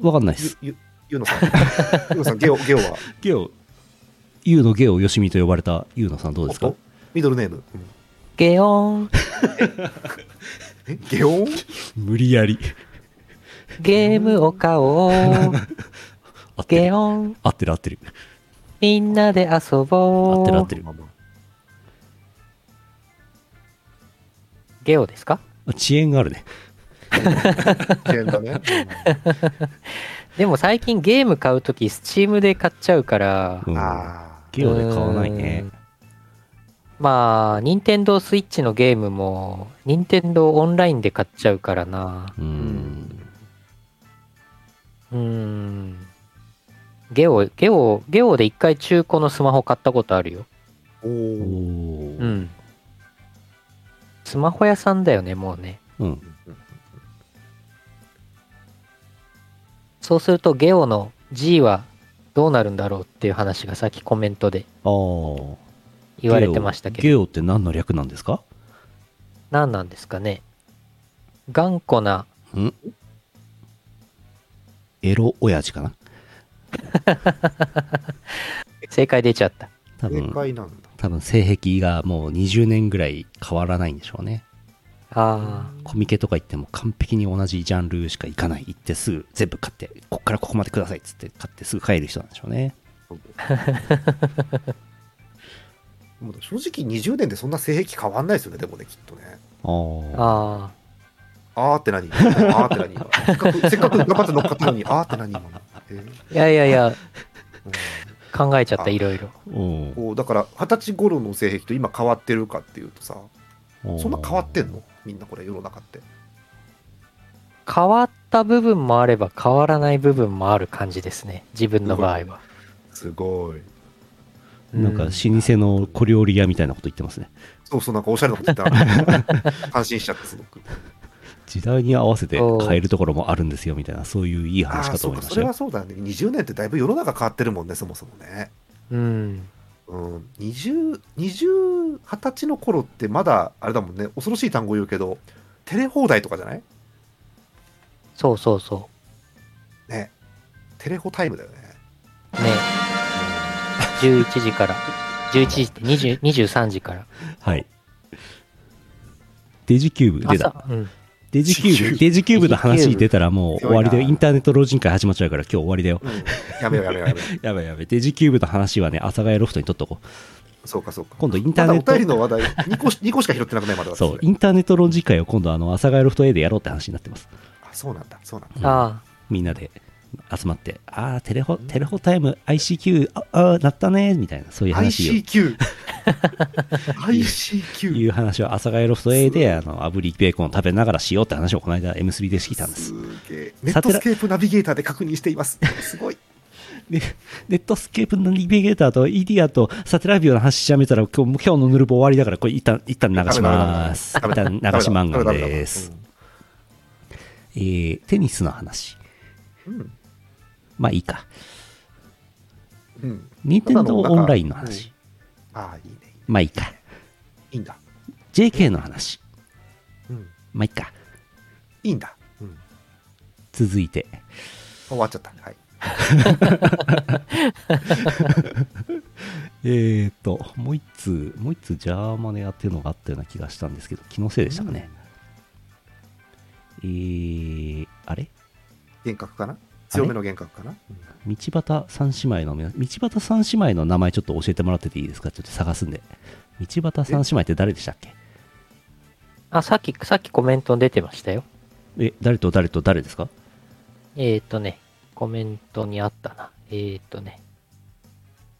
わかんないです。ゆ、ゆ、ゆうのさ ん。ゆうのさん、ゲオ、ゲオは。ゲオ。ユウのゲオよしみと呼ばれたユウのさんどうですおかっとミドルネーム。うんゲオン、え、ゲオン無理やり。ゲームを買お う。合ってゲる。オン、合ってる合ってる。みんなで遊合ぼっう。てる合ってる。ゲオですかあ遅延があるね。ゲオンだね。でも最近ゲーム買うとき、スチームで買っちゃうから、うん、あゲオで買わないねう。ん。まあ、任天堂スイッチのゲームも、任天堂オンラインで買っちゃうからな。うあ。ん。うーん。ゲオ、ゲオ、ゲオで一回中古のスマホ買ったことあるよ。おおお。ーう。ん。スマホ屋さんだよね、もうね。うん。そうすると、ゲオの G はどうなるんだろうっていう話がさっきコメントでああ。言われてましたけど、ゲオゲオって何の略なんですか何なんですかね。頑固な、エロ親父かな正解出ちゃった。多正分、解なんだ。多分性癖がもう20年ぐらい変わらないんでしょうね。ああ、コミケとか行っても完璧に同じジャンルしか行かない。行ってすぐ全部買って、こっからここまでくださいっつって買ってすぐ帰る人なんでしょうね。もう正直20年でそんな性癖変わんないですよね、でもね、きっとね。ああ。ああ、あーって何あーって何今せっかくせっ かく頑張って乗っかったのに、あーって何今の、えーいやいやいや、うん考えちゃっあた、いろいろ。うんこうだから二十歳頃の性癖と今変わってるかっていうとさそんな変わってんのみんなこれ世の中って変わった部分もあれば、変わらない部分もある感じですね。自分の場合は。すごいなんか老舗の小料理屋みたいなこと言ってますね。そうそうなんかおしゃれなこと言 ってた感心しちゃってすごく時代に合わせて変えるところもあるんですよみたいな、そういういいああ話かーとそう思いかましそたれよは。そうだね20年ってだいぶ世の中変わってるもんねそもそもねうん。うん2020 20歳の頃ってまだあれだもんね恐ろしい単語言うけどテレ放題とかじゃないそうそうそねテレホタイムだよねう。ね、11時から、11時って20 23時から。はい。デジキューブ出た。朝、うん。デジキュデジキューーブ、デジキューブブのデジキュ話ーブ出たらもう終わりだよ。強いなインターネット老人会始まっちゃうから今日終わりだよ。うんやめようやめようやめよやばいやばい。デジキューブの話はね、阿佐ヶ谷ロフトにとっとこう。う。そうかそうか。今度インタまーだネお便りット、の話題、2個し二個しか拾ってなくない、まだ私そう、インターネット老人会を今度あの、阿佐ヶ谷ロフト A でやろうって話になってます。あそうなんだ、そうなんだ。うんあみんなで集まって、あー、テレホ、テレホタイム、ICQ、あ、あー、なったねー、みたいな、そういう話を。 ICQ。い ICQ。う話を阿佐ヶ谷ロフト A であの炙りベーコンを食べながらしようって話をこの間 M3 でしてきたんですすげえ。ネサッテラトスケープナビゲーターで確認しています。すごい。でネットスケープのリベゲーターとイディアとサテラビオの話しちゃめたら今日今日のヌルボ終わりだからこれ一旦一旦流しますダ一メだ旦流し漫画ダメだです、。えー、テニスの話ダメだまあいいかうん。うん。任天堂オンラインのう話ああ、いいね。まあいいかいいんだ。 JK の話うん。まあいいかいいんだ。うん。続いて終わっちゃった。はい。えーっともう一通もう一通ジャーマネやっていうのがあったような気がしたんですけど気のせいでしたかね、えー、あれ幻覚かな強めの幻覚かなうん道端三姉妹の皆道端三姉妹の名前ちょっと教えてもらってていいですかちょっと探すんで道端三姉妹って誰でしたっけあ。あ、さっき、さっきコメント出てましたよ。え誰と誰と誰ですかえっ、ー、とね、コメントにあったな。えっ、ー、とね、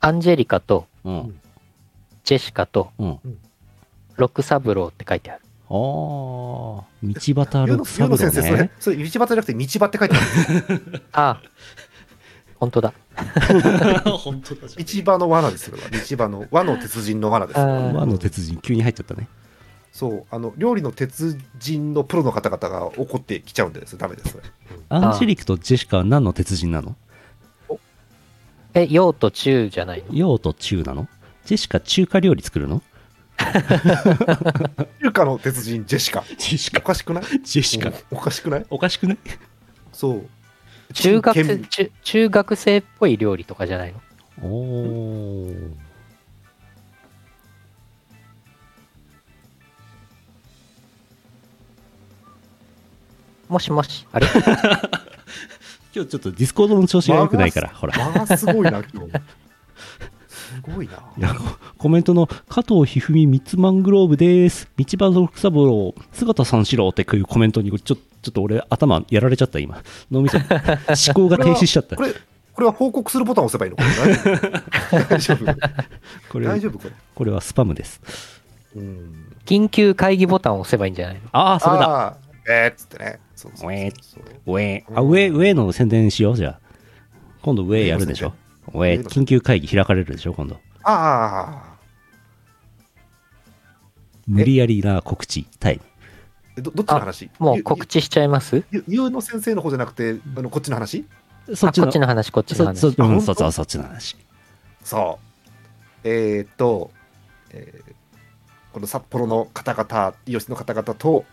アンジェリカとうんジェシカとうんあロックサブローって書いてある。あー道端ゆう六の三郎先生、それね、それ、道端じゃなくて、道場って書いてある。ああ、本当だ。本当だじ道場の罠ですよ、それは道場の、和の鉄人の罠ですよ。あ和の鉄人急に入っちゃったねそう、あの、料理の鉄人のプロの方々が怒ってきちゃうんですよ、ダメです、それ。アンジェリックとジェシカは何の鉄人なのえ、用と中じゃないの洋と中なのジェシカ中華料理作るの中華の鉄人、ジェシカ。ジェシおかしくないジェシカうんおかしくないおかしくないそう。中学陳建生民中、中学生っぽい料理とかじゃないのおおもしもし、あれ 今日ちょっとディスコードの調子が良くないからほら間がすごいな、今日。すごいな。いやココメントの加藤一二三ミツマングローブです。道端六三郎、姿三四郎っていうコメントに、ちょちょっと俺頭やられちゃった今。脳み そ、思考が停止しちゃった。 ここれ、れ、これは報告するボタンを押せばいいのこ れ大丈夫こ大れ丈夫これ。はスパムです。うん。緊急会議ボタンを押せばいいんじゃないのああ、それだ。あー。えーっつってね。そうそうそうウェーそう上、あ、上、上の宣伝しよう、じゃあ。今度上やるでしょ。上、上の宣伝緊急会議開かれるでしょ、今度。ああ。無理やりな告知タイム。えどどっちの話もう告知しちゃいますゆゆゆうの先生の方じゃなくて、あのこっちの話そっちあこの、っちの話、こっちのそ話。そそうん本そ当うそうそっちの話。そう。えーっと、えーこの札幌の方々、イオシスの方々と、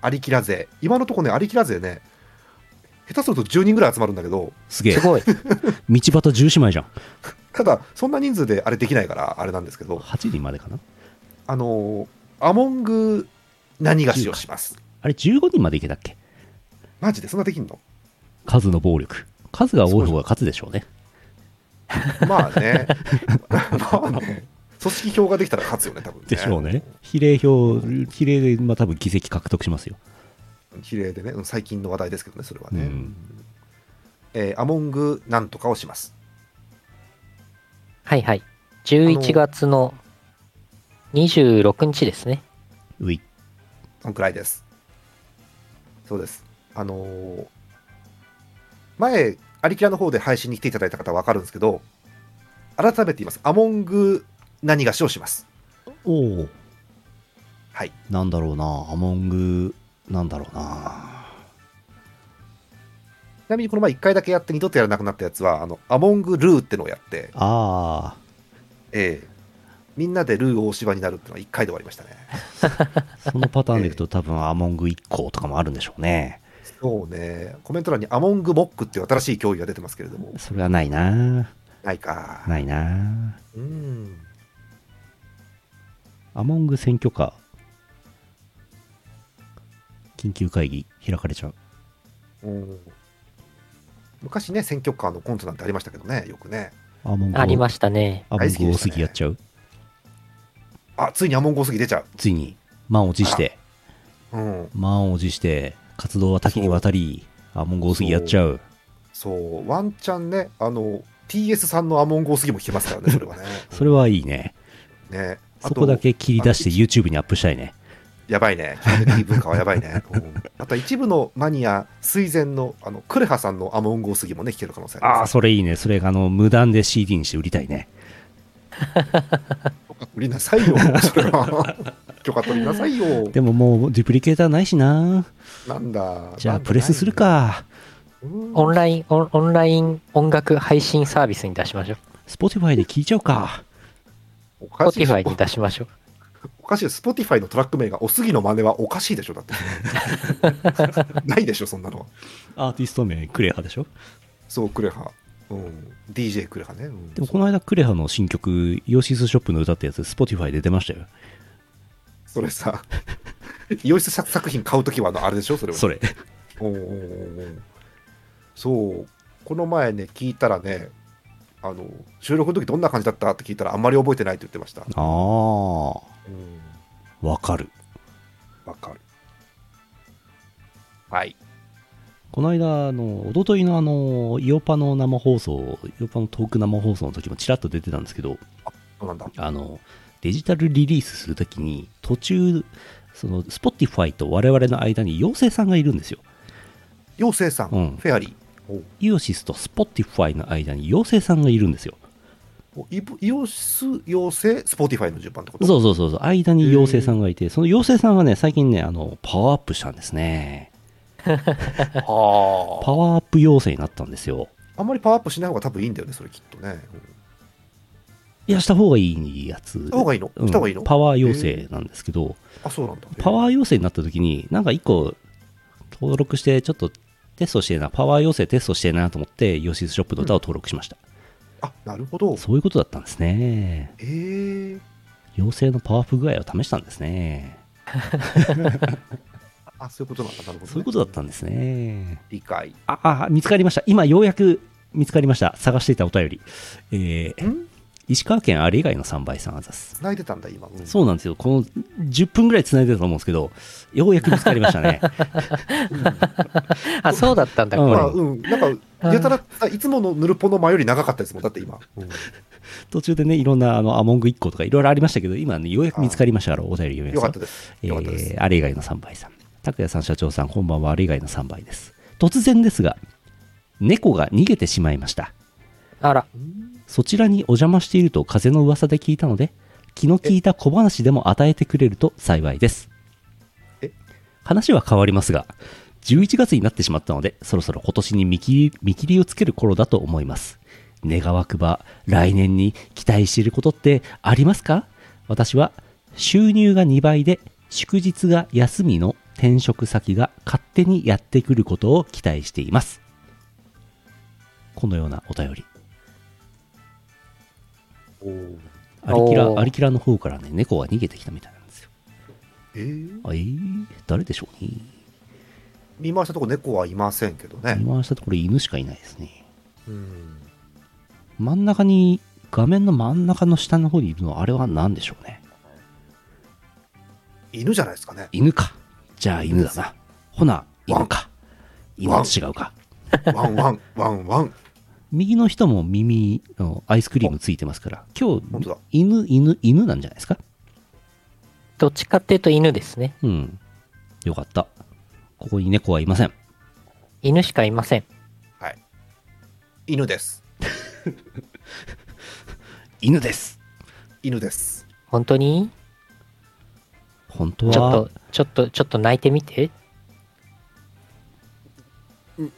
アリキラ勢、今のところね、アリキラ勢ね、下手すると10人ぐらい集まるんだけど、 すげえす。ごい。 道端十姉妹じゃん。ただ、そんな人数であれできないから、あれなんですけど、 8人までかな。あのーアモング何がしをします。あれ、15人までいけたっけマジで、そんなできん の数の暴力数が多い方が勝つでしょうねまあね、 まあね、組織票ができたら勝つよね、多分ね。でしょうね比例票比例でまあ多分議席獲得しますよ比例でね、うん最近の話題ですけどね、それはね。うんえーアモングなんとかをします。はいはい。11月の26日ですね。ういそんくらいです。そうです。あのー前、アリキラの方で配信に来ていただいた方は分かるんですけど、改めて言います。アモング何がしをします。おおはい。なんだろうなアモングなんだろうなちなみにこの前1回だけやって二度とやらなくなったやつは、あの、アモングルーってのをやって、あえーみんなでルー大芝になるってのは1回で終わりまし たね。ーそのパターンでい くと多分アモング1個とかもあるんでしょうねそうね。コメント欄にアモングモックっていう新しい競技が出てますけれども、それはないなないか。ないなうん。アモング選挙カ緊急会議開かれちゃう。うん昔ね、選挙カーのコントなんてありましたけどね、よくね。アモンゴありましたね。アモンゴ大好きで大したね杉やっちゃう。あ、ついにアモンゴすぎ出ちゃついに、満を持して、う。うん。満を持して、活動は多岐にわたり、アモンゴ大杉やっちゃう。そう、ワンチャンね、あの、TS さんのアモンゴすぎも聞けますからね、それはね。それはいいね。ねあそとこだけ切り出して YouTube にアップしたいね。やばいね。キャンベル文化はやばいね。うんあとは一部のマニア、水前の、あの、クレハさんのアモンゴすぎもね、聞ける可能性ありあまあ、す。それいいね。それが、あの、無断で CD にして売りたいね。売りなさいよ、それは。許可取りなさいよ。でももう、デュプリケーターないしな。なんだ。じゃなあ、んだプレスする。か。うんオンライン、オンオンライン音楽配信サービスに出しましょう。 Spotify で聴いちゃうか。おかしい Spotify に出しましょう。おかしいよ、スポティファイのトラック名がおすぎの真似はおかしいでしょ、だって。 ないでしょ、そんなのは。アーティスト名、クレハでしょ。そう、クレハ。うん。DJ クレハね。うんでも、この間、クレハの新曲、ヨシスショップの歌ってやつ、Spotify で出ましたよ。それさ、 洋室作作品買うときはあのあれでしょ、それは。それ。おうおうおうおうそう、この前ね、聞いたらね、あの収録の時どんな感じだったって聞いたら、あんまり覚えてないって言ってました。ああ、わうん、かる。わかる。はい。この間、あの、おとといのあの、イオパの生放送、イオパのトーク生放送の時もちらっと出てたんですけど、そうなんだ。あの、デジタルリリースするときに、途中、その、Spotify と我々の間に妖精さんがいるんですよ。妖精さん、うんフェアリー。おうイオシスと Spotify の間に妖精さんがいるんですよ。おイブイオシス妖精、スポティファイの順番ってことそうそうそうそう、間に妖精さんがいて、その妖精さんがね、最近ね、あの、パワーアップしたんですね。う。はパワーアップ妖精になったんですよ。あ。あんまりパワーアップしない方が多分いいんだよね、それきっとね。いや、した方がいいやつ。した方がいいのうんした方がいいのパワー妖精なんですけど、あ、そうなんだ。パワー要請になった時に、なんか一個登録して、ちょっとテストしてえな、パワー要請テストしてえなと思って、ヨシスショップの歌を登録しました。あ、なるほど。そういうことだったんですね。えー、要請のパワーアップ具合を試したんですね。あ、そういうことなんだ。なるほど、ね。そういうことだったんですね。理解。ああ、見つかりました。今ようやく見つかりました。探していたお便り。えーん石川県あれ以外の3倍さんあざす。泣いてたんだ、今。うんそうなんですよ。この10分ぐらい繋いでたと思うんですけど、ようやく見つかりました ね。あ、そうだったんだ、うこんまれ。あ、うん、なんか、やたら、いつものヌルポの前より長かったですもん、だって今。途中でね、いろんなあのアモング1個とかいろいろありましたけど、今ね、ようやく見つかりましたから、お便り読みよまかすよった。です。えよかったですー、あれ以外の3倍さん。拓也さん、社長さん、こんばんは、あれ以外の3倍です。突然ですが、猫が逃げてしまいました。あら、そちらにお邪魔していると風の噂で聞いたので、気の利いた小話でも与えてくれると幸いですえ。話は変わりますが、11月になってしまったので、そろそろ今年に見切り見切りをつける頃だと思います。願わくば、来年に期待していることってありますか私は、収入が2倍で、祝日が休みの転職先が勝手にやってくることを期待しています。このようなお便り。おーアリキラおーアリキラの方からね猫が逃げてきたみたいなんですよえー、えー、誰でしょうね見回したとこ猫はいませんけどね見。回したところ犬しかいないですねうん。真ん中に画面の真ん中の下の方にいるのはあれは何でしょうね犬じゃないですかね。犬かじゃあ犬だなほな犬か犬は違うかワンワ ン、ワンワン。右の人も耳のアイスクリームついてますから今本当日だ犬犬犬なんじゃないですかどっちかっていうと犬ですね。うんよかったここに猫はいません犬しかいません。はい。犬です。犬です犬です。本当に本当ちょはっと、ちょっと、ちょっと泣いてみて。ん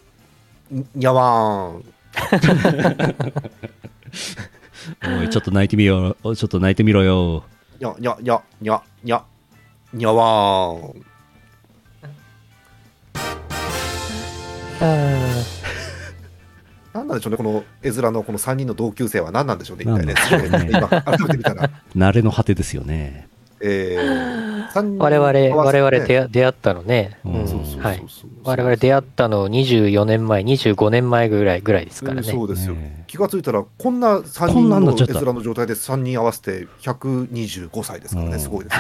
にゃわーん。おいちょっと泣いてみようおいちょっと泣いてみろよにゃ、にゃ、にゃ、にゃ、にゃ、にゃわーん。あーなんなんでしょうね、この絵面のこの3人の同級生は何なんでしょうね、一体ね。な んなんでしょうね今、改めて見たら。 慣れの果てですよね。えー、三人我々、合わせ我て々出会出会ったのね。うんうんそうそうそうそうはい我々出会ったの24年前、25年前ぐらいぐらいですからね。そうですよ、ねえ気がついたらこんな3こん人なんなのっちゃっ絵た面の状態で3人合わせて125歳ですからね、うんすごいです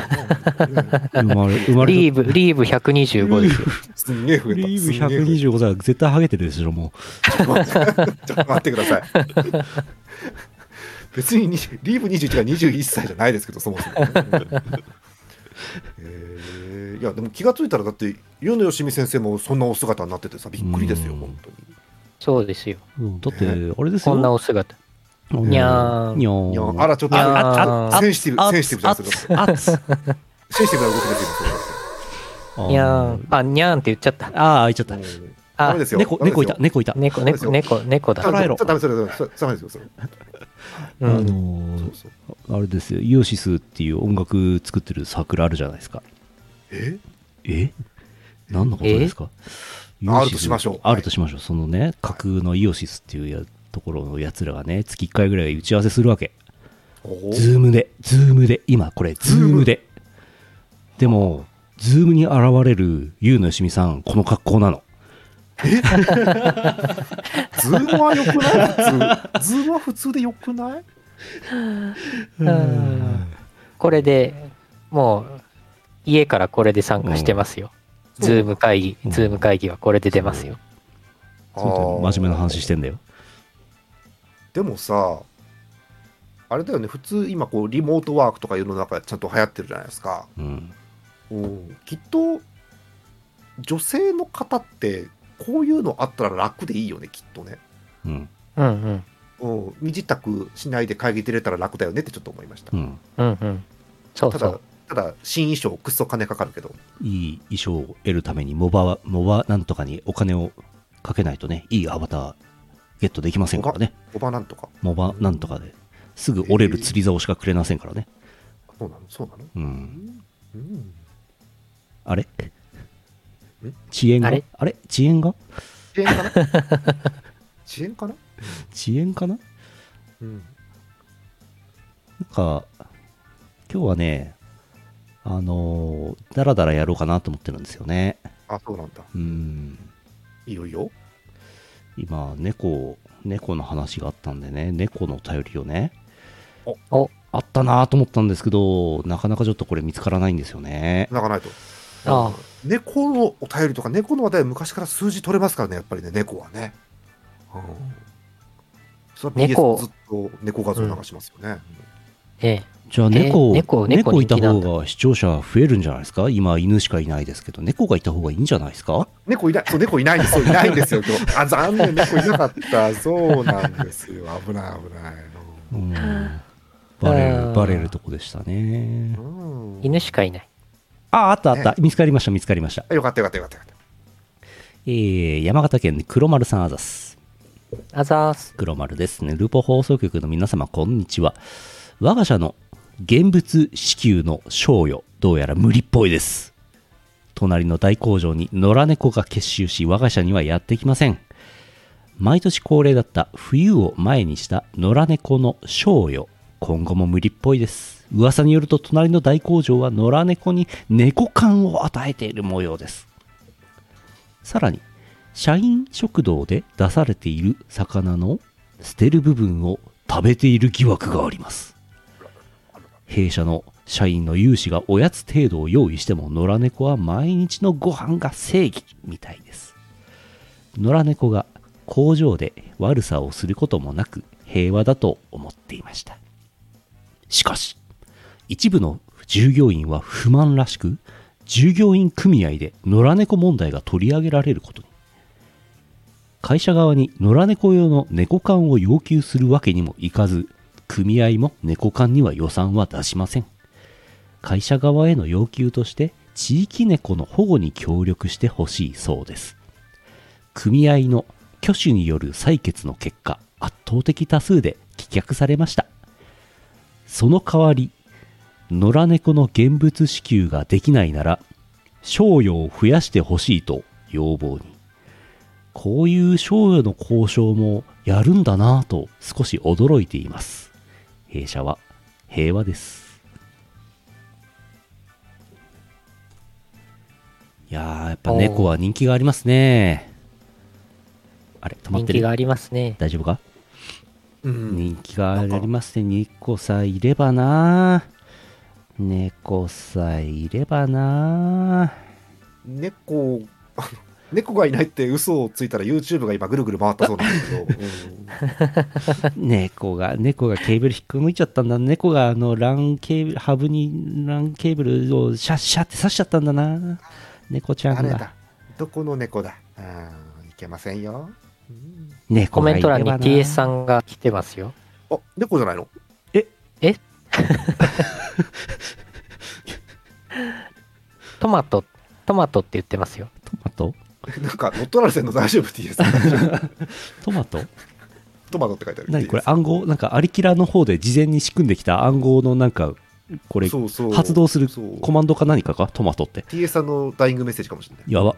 よね生ま れ、生まれリーブ、リーブ125ですよ。すんげえ増えたリーブすんげえ増え125歳は絶対ハゲてるでしょ、もたちょっと待ってください別ににリーブ21が21歳じゃないですけどそもそも、えーいやでも気がついたらだって世のよしみ先生もそんなお姿になっててさびっくりですよ、うん本当にそうですよ。う。うんだって、あれですよ。こんなお姿。うんにゃーんにゃいやーん。あらちょっといやーああセンシティブあセンシティブじゃないですかあつあつセンシティブな動きですよそれにゃーん。あ、にゃーんって言っちゃった。ああ、開いちゃった。ダあメ、ですよ猫、ダメです猫よいた、猫いた。猫、猫、猫、猫だあ。らえろちょっとダメそれダメそれダメですよそれうあん。のそうー、そうあれですよ、イオシスっていう音楽作ってるサークルあるじゃないですか。ええ何のことですかイオシスあるとしましょうあるとしましょう。そのね、架空のイオシスっていうやところのやつらがね、月1回ぐらい打ち合わせするわけ。おズームで、ズームで、今これ、ズームで。でも、ズームに現れるゆうのよしみさん、この格好なの。ズームは良くない普通ズームは普通で良くないうんこれでもう、家からこれで参加してますよ。うんズーム会議、うんズーム会議はこれで出ますよ。そうだよ真面目な話してんだよ。でもさあれだよね普通今こうリモートワークとか世の中ちゃんと流行ってるじゃないですかうん。うんきっと女性の方ってこういうのあったら楽でいいよねきっとねうん。うんうん。うん身支度しないで会議出れたら楽だよねってちょっと思いましたうん。うんうん。そうたそだう。ただ新衣装くっそ金かかるけどいい衣装を得るために、モバは、モバなんとかにお金をかけないとね、いいアバターゲットできませんからね。おばなんとかモバなんとかで。すぐ折れる釣り竿しかくれませんからね。そうなのそうなのうん。うんあれ遅延があれあれ遅延が遅延か な遅延かな遅延かなうんなんか、今日はね、あのー、だらだらやろうかなと思ってるんですよね。あそうなんだうん。いいよいいよ今、猫、猫の話があったんでね、猫の頼りをね、お、あったなと思ったんですけど、なかなかちょっとこれ見つからないんですよね。泣かないとああ猫のお便りとか猫の話題は昔から数字取れますからねやっぱりね猫はね、うん、それは BS 猫ずっと猫画像流しますよね、ええ。じゃあ猫、え猫猫いた方人気が視聴者増えるんじゃないですか今、犬しかいないですけど、猫がいた方がいいんじゃないですか猫いないそう猫いないんですよいないんですよ今日あ残念猫いなかったそうなんですよ危ない危ないうんバレうる、んバレるとこでしたねう。ん、犬しかいない。あ、あったあった。見つかりました、見つかりました。あよかったよかったよかったよかっえー、山形県黒丸さんあざす。あざーす。黒丸ですね。ルポ放送局の皆様、こんにちは。我が社の現物支給の賞与、どうやら無理っぽいです。隣の大工場に野良猫が結集し、我が社にはやってきません。毎年恒例だった冬を前にした野良猫の賞与、今後も無理っぽいです。噂によると隣の大工場は野良猫に猫感を与えている模様です。さらに、社員食堂で出されている魚の捨てる部分を食べている疑惑があります。弊社の社員の有志がおやつ程度を用意しても野良猫は毎日のご飯が正義みたいです。野良猫が工場で悪さをすることもなく平和だと思っていました。しかし、一部の従業員は不満らしく従業員組合で野良猫問題が取り上げられることに会社側に野良猫用の猫缶を要求するわけにもいかず組合も猫缶には予算は出しません会社側への要求として地域猫の保護に協力してほしいそうです組合の挙手による採決の結果圧倒的多数で棄却されましたその代わり野良猫の現物支給ができないなら賞与を増やしてほしいと要望にこういう賞与の交渉もやるんだなぁと少し驚いています弊社は平和ですやー、やっぱ猫は人気がありますね。あれ、止まっ人て気るが。ありますね。大丈夫か、うん、人気がありますね。猫さえいればな猫さえいればな猫 あの猫がいないって嘘をついたら YouTube が今ぐるぐる回ったそうなんですけど、うん猫が、猫がケーブル引っこ抜いちゃったんだ。猫があの、LAN ケーブル、ハブに LAN ケーブルをシャッシャって刺しちゃったんだな猫ちゃん誰がだ。どこの猫だあーいけませんよ、うん猫コがメンいトれば欄にな TS さんが来てますよ。あ猫じゃないのトマト、トマトって言ってますよ。トマト なんか乗っ取られてんの大丈夫 TS トマトトマトって書いてある何これ TS 暗号なんかアリキラの方で事前に仕組んできた暗号のなんかこれそうそう発動するそうコマンドか何かかトマトって TS さんのダイイングメッセージかもしれないやば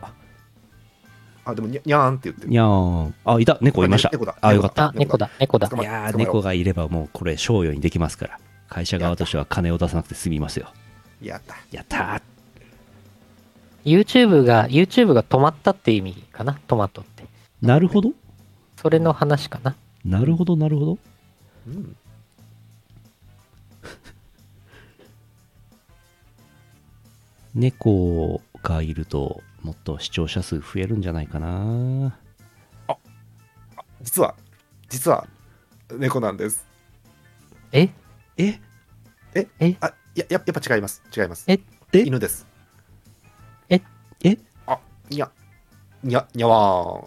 あでもにゃにゃーんって言ってるにゃーんあいた猫いましたあ猫だあよかったあ、猫だ、猫だ捕。いまえようやー捕まえよう猫がいればもうこれ賞与にできますから会社側としては金を出さなくて済みますよやったやったー YouTube が、YouTube が止まったって意味かな、トマトって。なるほどそれの話かな。なるほどなるほどうん猫がいるともっと視聴者数増えるんじゃないかな実は実は猫なんですええあいやややっぱ違います違いますええ犬ですええあにゃにゃにゃわ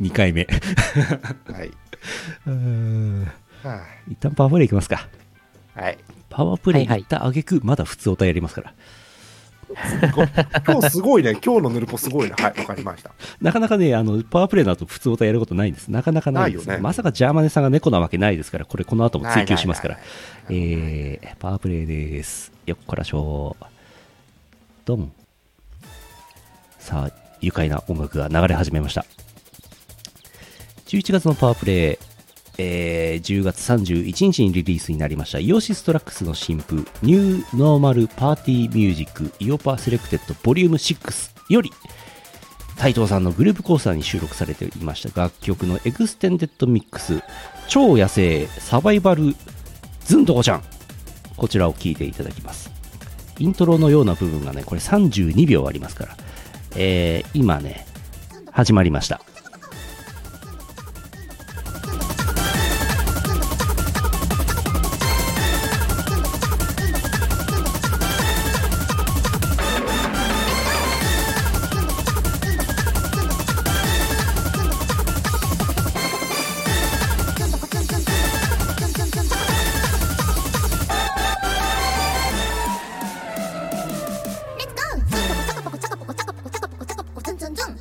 2回目ーんはいうーんは一旦パワープレイいきますかあはいパワープレイはいは行いった挙句まだ普通お便りやりますから 今日すごいね今日のヌルポすごいねはいわかりましたなかなかねあのパワープレイの後普通お便りやることないんですなかなかないんですないよねまさかジャーマネさんが猫なわけないですからこれこの後も 追求しますからないないないないえー、パワープレイですよっこらしょドンさあ愉快な音楽が流れ始めました11月のパワープレイえー10月31日にリリースになりましたイオシストラックスの新譜ニューノーマルパーティーミュージックイオパセレクテッドボリューム6より斉藤さんのグループコースターに収録されていました楽曲のエクステンデッドミックス超野生サバイバルズンとこちゃんこちらを聴いていただきますイントロのような部分がねこれ32秒ありますから、えー今ね始まりました「チャカポコチャカポコチャカポコチャカポコチャカポコチャンチャンチャン」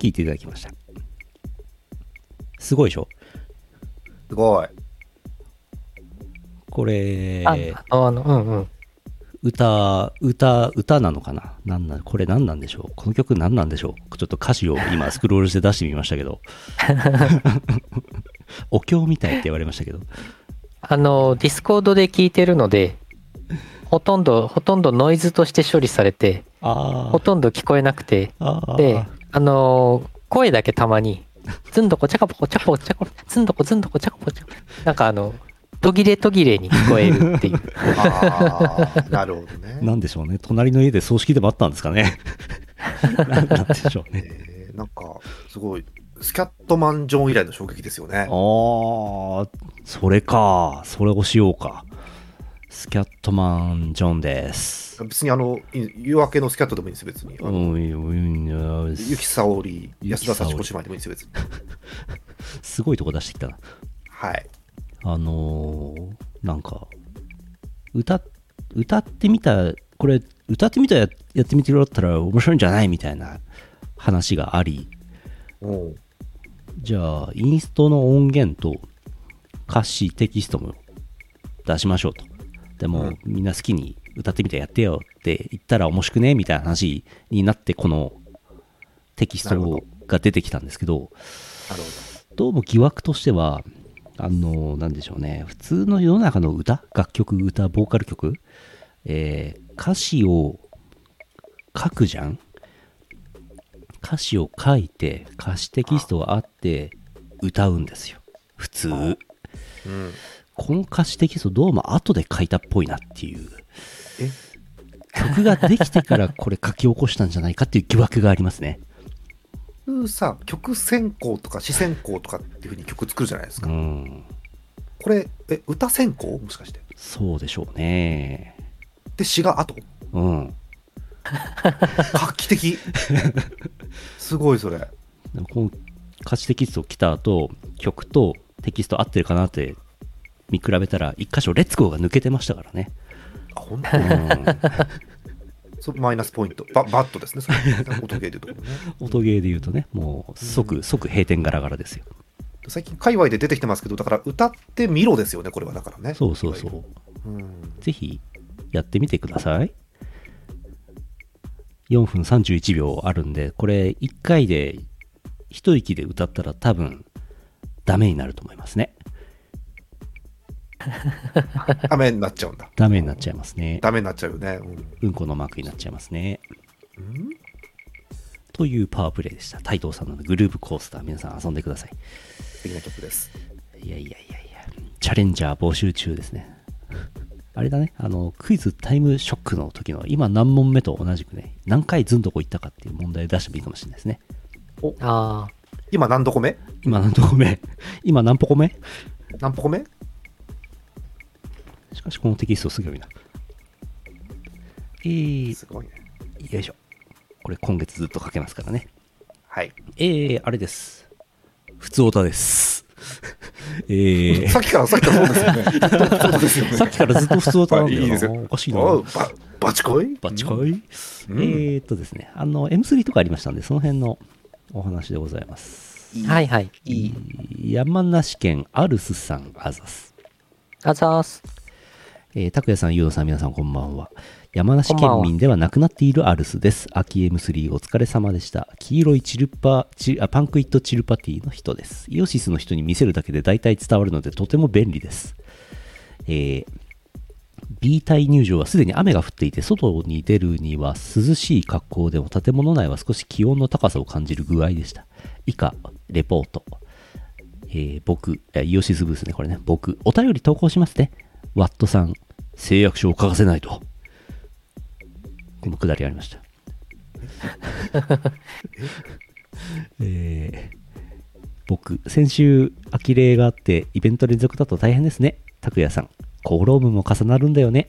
聞いていただきました。すごいでしょすごい。これ、ああの、うんうん。歌、歌、歌なのかななんなんこれ何なんでしょうこの曲何なんでしょうちょっと歌詞を 今スクロールして出してみましたけど。お経みたいって言われましたけど。あの、ディスコードで聞いてるので、ほとんど、ほとんどノイズとして処理されて、あほとんど聞こえなくて、あ。ああ。で、あのー声だけたまに、ずんどこちゃかぽこちゃかぽこちゃかぽこ、ずんどこずんどこちゃかぽこちゃかぽこ、なんかあの、途切れ途切れに聞こえるっていう。ああ、なるほど ね。なんでしょうね。隣の家で葬式でもあったんですか ね。なんなんでしょうね。えーなんか、すごい、スキャットマン・ジョン以来の衝撃ですよね。ああ、それか。それをしようか。スキャットマン・ジョンです。別にあの、い夜明けのスキャットでもいいんです、別に。あうのんうんうんゆきさおり、ゆき安さおり田幸子姉妹でもいいんですよ、別に。すごいとこ出してきたな。はい。あのーなんか、歌、歌ってみた、これ、歌ってみたらややってみてもらったら面白いんじゃないみたいな話があり、おうじゃあ、インストの音源と歌詞、テキストも出しましょうと。でも、うんみんな好きに歌ってみたらやってよって言ったら面白くねみたいな話になって、このテキスなるほトが出てきたんですけど、なるほどうも疑惑としては、あの、なんでしょうね、普通の世の中の歌、楽曲、歌、ボーカル曲、えー歌詞を書くじゃん歌詞を書いて、歌詞テキストがあって、歌うんですよ。普通。ど。うん。この歌詞テキストどうも後で書いたっぽいなっていうえ。曲ができてからこれ書き起こしたんじゃないかっていう疑惑がありますね。普通さ、曲選考とか詩選考とかっていうふうに曲作るじゃないですうか。ん。これ、え、歌選考もしかして。そうでしょうね。で、詩が後。うん。画 期的。すごい、それ。でもこの歌詞テキスト来た後曲とテキスト合ってるかなって見比べたら一箇所レッツゴーが抜けてましたからね、あ、本当う に。ん、そマイナスポイント。ババットですね、それ。音ゲーでいうところね。音ゲーで言うとねもう即、即閉店ガラガラですよ最近、界隈で出てきてますけど、だから、歌ってみろですよね、これは。だからね。。そうそうそうううん。ぜひやってみてください4分31秒あるんでこれ1回で一息で歌ったら多分ダメになると思いますねダメになっちゃうんだ。ダメになっちゃいますねダメになっちゃうよね。うんうんこのマークになっちゃいますねうんというパワープレイでした。タイトーさんのグループコースター、皆さん遊んでください。素敵な曲です。いやいやいやいや、チャレンジャー募集中ですね。 あれだね、あの、クイズタイムショックの時の、今何問目と同じくね、何回ずんどこ行ったかっていう問題を出してもいいかもしれないですね。あ今何度こ目今何とこ目 今何歩こ目何歩こ目しかしこのテキストすごいな。えー、すごいね。よいしょ。これ今月ずっと書けますからね。はい。えー、あれです。普通オタです。えー。さっきから、さっきからそうです よね。そうですよね。さっきからずっと普通歌なんだよな。いいですよおかしいな。おうばバチコイバチイコイ、うんえー、っとですね、あの、M3 とかありましたんで、その辺のお話でございます。あ、はいはい。いい。山梨県アルスさん、あざす。あざーす。えー、拓也さん、ゆうのさん、皆さん、こんばんは。山梨県民ではなくなっているアルスです。秋 M3 お疲れ様でした。黄色いチルパ、チあパンクイットチルパティの人です。イオシスの人に見せるだけで大体伝わるのでとても便利です。えー B 隊入場はすでに雨が降っていて、外に出るには涼しい格好でも建物内は少し気温の高さを感じる具合でした。以下、レポート。えー僕、えーイオシスブースね、これね、僕、お便り投稿しますね。ワットさん、誓約書を書かせないと。このくだりありました。 えー僕、先週、秋霊があって、イベント連続だと大変ですね。拓也さん、コロームも重なるんだよね。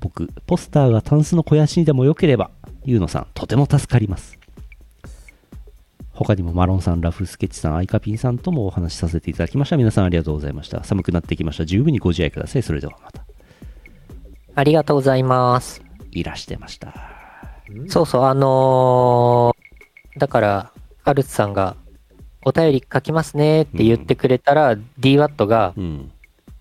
僕、ポスターがタンスの肥やしにでも良ければ、ゆうのさん、とても助かります。他にもマロンさん、ラフスケッチさん、アイカピンさんともお話しさせていただきました。皆さんありがとうございました。寒くなってきました。十分にご自愛ください。それではまた。ありがとうございます。いらしてました。そうそう、あのーだから、アルツさんが、お便り書きますねって言ってくれたら、DWAT が、うん。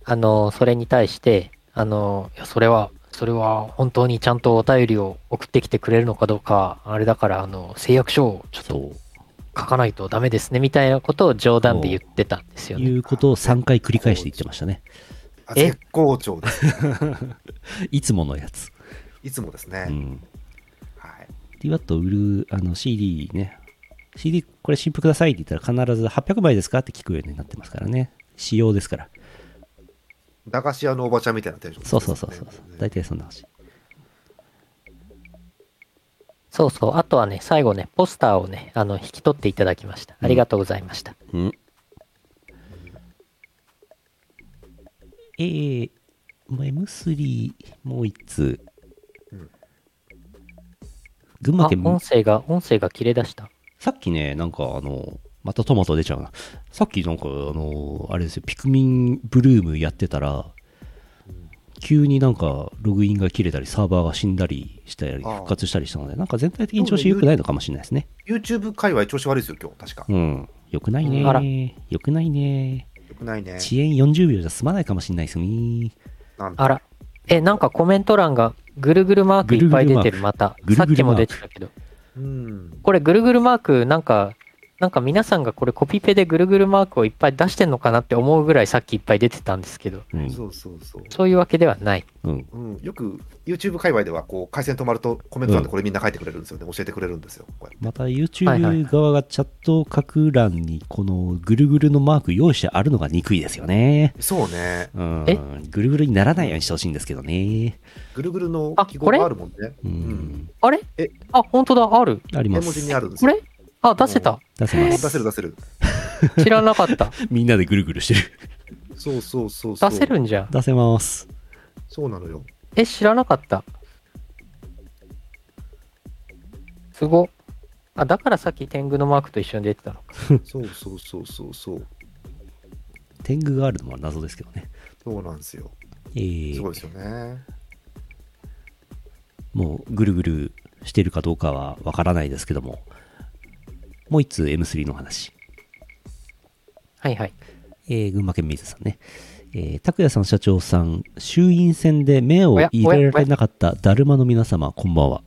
あの、それに対して、あの、いや、それは、それは本当にちゃんとお便りを送ってきてくれるのかどうか、あれだから、あの、誓約書をちょっとそ書かないとダメですね、みたいなことを冗談で言ってたんですう。よね。いうことを3回繰り返して言ってましたね。あえ絶好調です。いつものやつ。いつもですうね。ん。はい。 DWAT 売るあの CD ね。CD これ新譜くださいって言ったら必ず800枚ですかって聞くようになってますからね。仕様ですから。駄菓子屋のおばちゃんみたいなテンションですそね、うそうそうそう。大体そんな話。そうそう。あとはね、最後ね、ポスターをね、あの、引き取っていただきました。ありがとうございました。うん。えー、まあ M3、もう一通。うん群あ馬、県、音声が、音声が切れ出した。さっきね、なんかあの、またトマト出ちゃうな。さっきなんかあの、あれですよ、ピクミンブルームやってたら、急になんかログインが切れたり、サーバーが死んだりしたり、ああ復活したりしたので、なんか全体的に調子良くないのかもしれないですね。 YouTube 界隈調子悪いですよ、今日。確か。うん。良くないあらね。良くないね。よくないね。遅延40秒じゃ済まないかもしれないですね。なんあら。え、なんかコメント欄がぐるぐるマークいっぱい出てる、また。ぐるぐるさマーっきも出クてたけど。うん。これぐるぐるマーク、なんか、なんか皆さんがこれコピペでぐるぐるマークをいっぱい出してんのかなって思うぐらいさっきいっぱい出てたんですけど、うん。そうそうそう。そういうわけではない。うん。うん、よく YouTube 界隈ではこう回線止まるとコメント欄でこれみんな書いてくれるんですよね、教えてくれるんですよ、これまたはいはい YouTube 側がチャット書く欄にこのぐるぐるのマーク用意してあるのが憎いですよね。そうね、うんえ。ぐるぐるにならないようにしてほしいんですけどね。ぐるぐるのあ記こ号れがあるもんね、ううんん。あれえあ、本当だ、ある。あり絵ま文字にす。あるんですこよ。れあ、出せた。出せま出す。せる出せる、知らなかった。みんなでぐるぐるしてる。そうそうそうそう、出せるんじゃん。出せます。そうなのよ、え、知らなかった。すごっ。あ、だからさっき天狗のマークと一緒に出てたのか。そうそうそうそうそう、天狗があるのも謎ですけどね。そうなんですよ、えーすごいですよね。もうぐるぐるしてるかどうかはわからないですけども。もう一通 M3 の話。はいはい。えー群馬県水さんね。えー拓也さん社長さん、衆院選で目を入れられなかっただるまの皆様、こんばんは。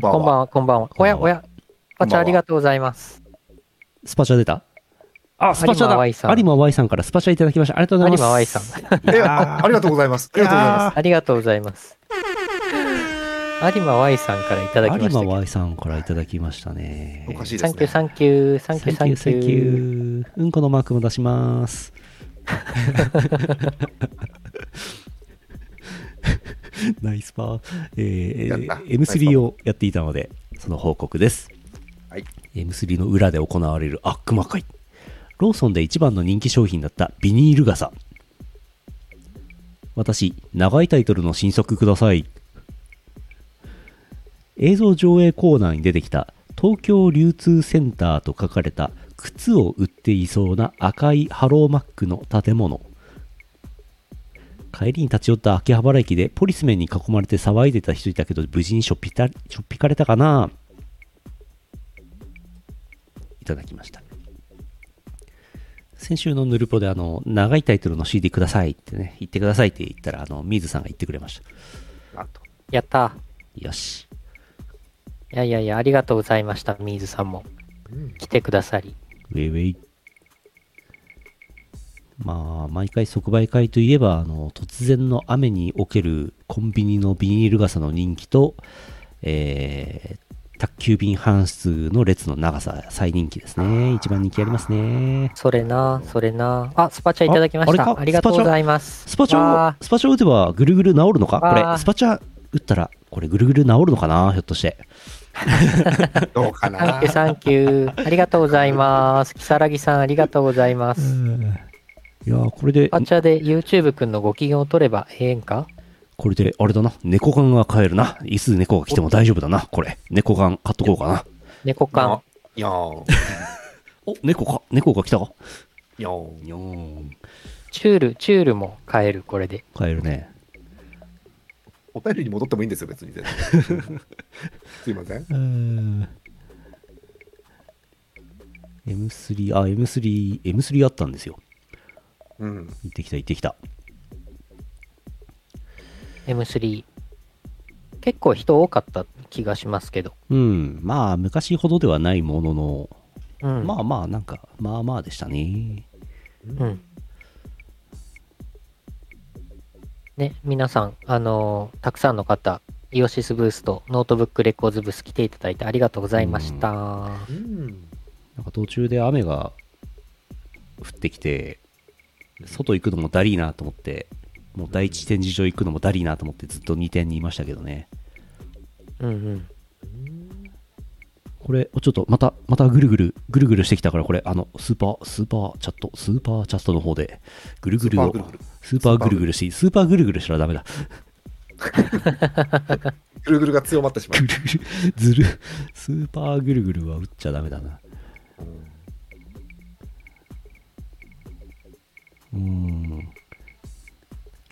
ここんばんは、こんばんは。こおんばんやはおや。パチャありがとうございます。スパチャ出たあ、スパチャ有馬 Y さだん有馬 Y さんからスパチャいただきました。ありがとうございます。有馬 Y さん。いえやあありがとうございます。ありがとうございます。ありがとうございます。有馬 Y さんからいただきー、有ました馬けど。 Y さんからいただきましたね。おかしいでサンすキュー、ね。サンキュー、サンキュー、サンキュー。サンキュー。うんこのマークも出します。 ナイスパー。えやっーたナイスパ M3 ーをやっていたので、その報告です。はい、 M3 の裏で行われる悪魔会。ローソンで一番の人気商品だったビニール傘。私、長いタイトルの新作ください。映像上映コーナーに出てきた東京流通センターと書かれた靴を売っていそうな赤いハローマックの建物帰りに立ち寄った秋葉原駅でポリスメンに囲まれて騒いでた人いたけど無事にしょっぴたしょっぴかれたかないただきました先週のヌルポであの長いタイトルの CD くださいってね言ってくださいって言ったらあの水さんが言ってくれましたあとやった。よしいやいやいや、ありがとうございました、ミーズさんも。うん来てくださり。ウェイウェイ。まあ、毎回即売会といえば、あの、突然の雨におけるコンビニのビニール傘の人気と、えー宅急便搬出の列の長さ、最人気ですね。一番人気ありますね。それな、それな。あ、スパチャいただきましああれた。かありがとうございます。スパチわャーを、スパチャを打てばぐるぐる治るのかこわあれ、スパチャ打ったら、これぐるぐる治るのかなひょっとして。どうサかンなキュー、。サンキュー。ありがとうございます。如月さん、ありがとうございます。いやーこれで、パチャで YouTube くんのご機嫌を取ればええんかこれで、あれだな。猫缶が買えるな。いつ猫が来ても大丈夫だな。これ。猫缶買っとこうかな。猫缶。いやー、お、猫か。猫が来たか。いやーにょーん。チュール、チュールも買える、これで。買えるね。お便りに 戻ってもいいんですよ、別に全然。すいません。うん。 M3、あ、M3、M3 あったんですよ。うん。行ってきた、行ってきた。 M3。結構人多かった気がしますけど。うん、まあ、昔ほどではないものの、うん。まあまあ、なんか、まあまあでしたね。うん。ね、皆さん、あのーたくさんの方、イオシスブースとノートブックレコーズブース来ていただいてありがとうございました。うん。なんか途中で雨が降ってきて、外行くのもだりーなと思って、もう第一展示場行くのもだりーなと思ってずっと2点にいましたけどね。うんうん。これ、ちょっとまた、またぐるぐる、ぐるぐるしてきたから、これ、あの、スーパー、スーパーチャット、スーパーチャットの方で、ぐるぐるをスーパーぐるぐる、スーパーぐるぐるし、スーパーぐるぐるしたらダメだ。ぐるぐるが強まってしまぐるぐる、ずる、スーパーぐるぐるは打っちゃダメだな。う。ううんーん。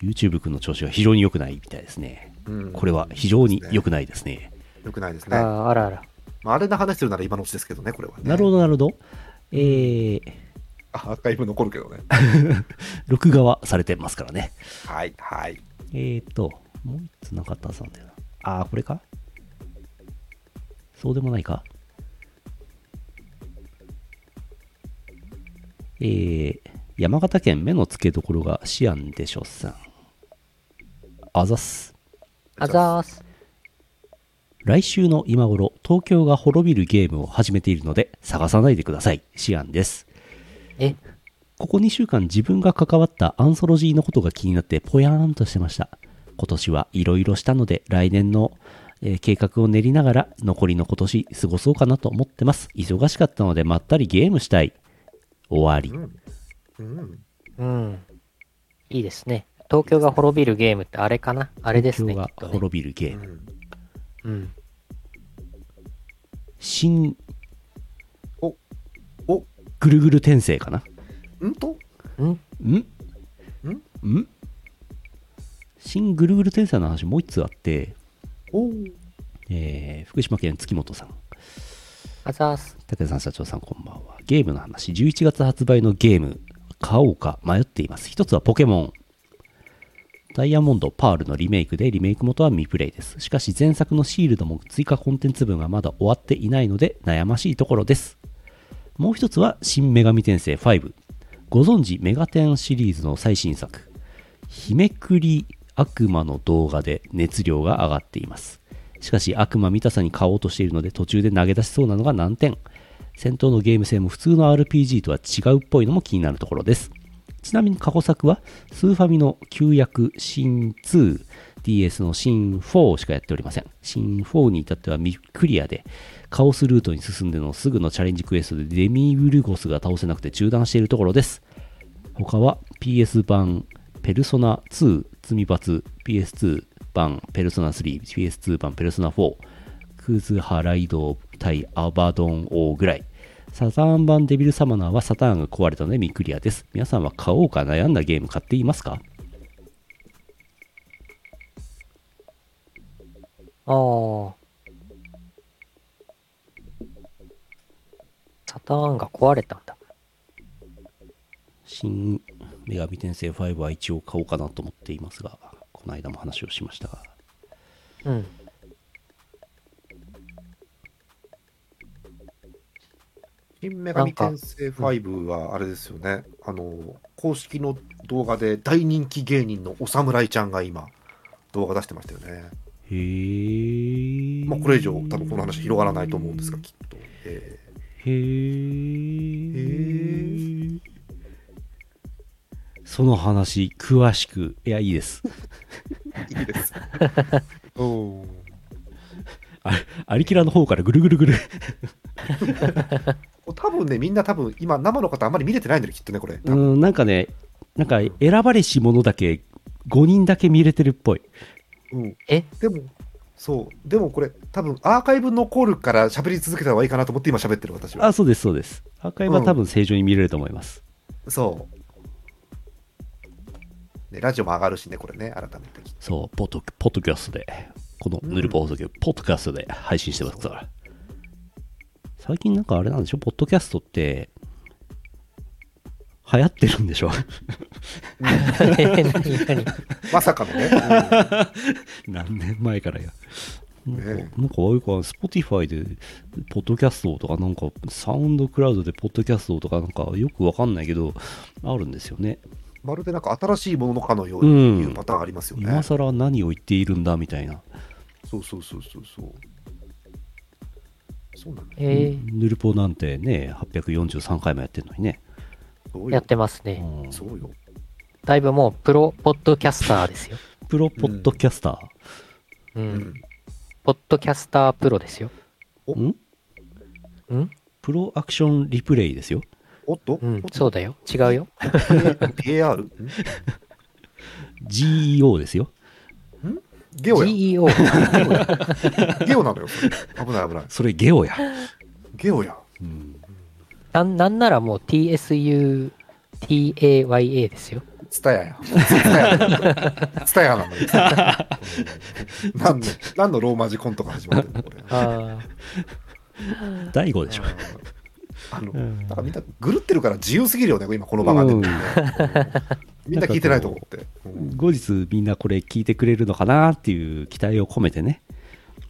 YouTube 君の調子は非常に良くないみたいですね。うんこれは非常に良くないですね。良くないですあね。ーあらあら。まあ、あれな話するなら今のうちですけどね、これは、ね。なるほど、なるほど。えー、あアーカイブ残るけどね。録画はされてますからね。はい、はい。えーと、もう一つなかったはずなんだよな。あー、これかそうでもないかえー、山形県目の付けどころがシアンでしょさん。あざっす。あざーす。来週の今頃、東京が滅びるゲームを始めているので、探さないでください。シアンです。え、ここ2週間自分が関わったアンソロジーのことが気になってぽやーんとしてました。今年はいろいろしたので来年の、えー計画を練りながら残りの今年過ごそうかなと思ってます。忙しかったのでまったりゲームしたい。終わり。うん。うん。いいですね。東京が滅びるゲームってあれかなあれですね。今日きっとがね滅びるゲうーム。ん、うん。新お、ぐるぐる転生かなんとうんんんん新ぐるぐる転生の話もう一つあって、おーえー福島県月本さん。あざーす。武田さん社長さんこんばんはゲームの話11月発売のゲーム買おうか迷っています一つはポケモンダイヤモンド、パールのリメイクで、リメイク元は未プレイです。しかし前作のシールドも追加コンテンツ分がまだ終わっていないので悩ましいところです。もう一つは新女神転生5。ご存知メガテンシリーズの最新作。日めくり悪魔の動画で熱量が上がっています。しかし悪魔見たさに買おうとしているので途中で投げ出しそうなのが難点。戦闘のゲーム性も普通の RPG とは違うっぽいのも気になるところです。ちなみに過去作は、スーファミの旧約新 2DS の新4しかやっておりません。新4に至っては未クリアで、カオスルートに進んでのすぐのチャレンジクエストでデミウルゴスが倒せなくて中断しているところです。他は PS 版ペルソナ2罪罰 PS2 版ペルソナ 3PS2 版ペルソナ4クズハライド対アバドン王ぐらいサターン版デビルサマナーはサターンが壊れたので未クリアです皆さんは買おうか悩んだゲーム買っていますかああ。サターンが壊れたんだ。新女神転生5は一応買おうかなと思っていますがこの間も話をしましたがうん。新女神転生5はあれですよね、あの、公式の動画で大人気芸人のお侍ちゃんが今、動画出してましたよね。へえまあ、これ以上、多分この話広がらないと思うんですが、きっと。えへえへ。その話、詳しく。いや、いい です。ーいいです。おーあアリキラの方からぐるぐるぐる。多分ね、みんな多分今、生の方あんまり見れてないんだよ、きっとね、これ。多う分ん、なんかね、なんか選ばれし者だけ、5人だけ見れてるっぽい。うん、えでも、そう、でもこれ、多分アーカイブ残るから喋り続けた方がいいかなと思って今喋ってる、私は。あ、そうです、そうです。アーカイブは多分正常に見れると思います。そう。ね、ラジオも上がるしね、これね、改めて。そう、ポッド、ポッドキャストで、このぬるぽ放送局、ポッドキャストで配信してますから。最近なんかあれなんでしょポッドキャストって、流行ってるんでしょえ何何まさかのね。何年前からや。なんか、ねなんかあれか、スポティファイで、ポッドキャストとか、なんか、サウンドクラウドで、ポッドキャストとか、なんか、よくわかんないけど、あるんですよね。うんまるでなんか新しいもののかのよううにんいうパターンありますよね。今更何を言っているんだ、みたいな。そうそうそうそうそう。そうなんだよ。えヌルポなんてね、843回もやってるのにね。そうー、やよっ。てますね。うんそうよ。だいぶもうプロポッドキャスターですよ。プロポッドキャスタう。うんん。ポッドキャスタープロですよ。ー。んうんプロアクションリプレイですよ。おっと、うん、そうだよ。違うよ。PAR? ん GEO ですよ。ゲオや。 GEO。ゲオなのよ。それ危ない危ない。それゲオや。ゲオや。うんなんなんならもう TSU、TAYA ですよ。ツタヤや。ツタヤ。ツタヤなの よ。うん何の、何のローマ字コントが始まってるのこれ。あ第5でしょ。あの、うんなんかみんな狂ってるから自由すぎるよね、今この場がね。うんみんな聞いてないと思って。うん後日みんなこれ聞いてくれるのかなっていう期待を込めてね。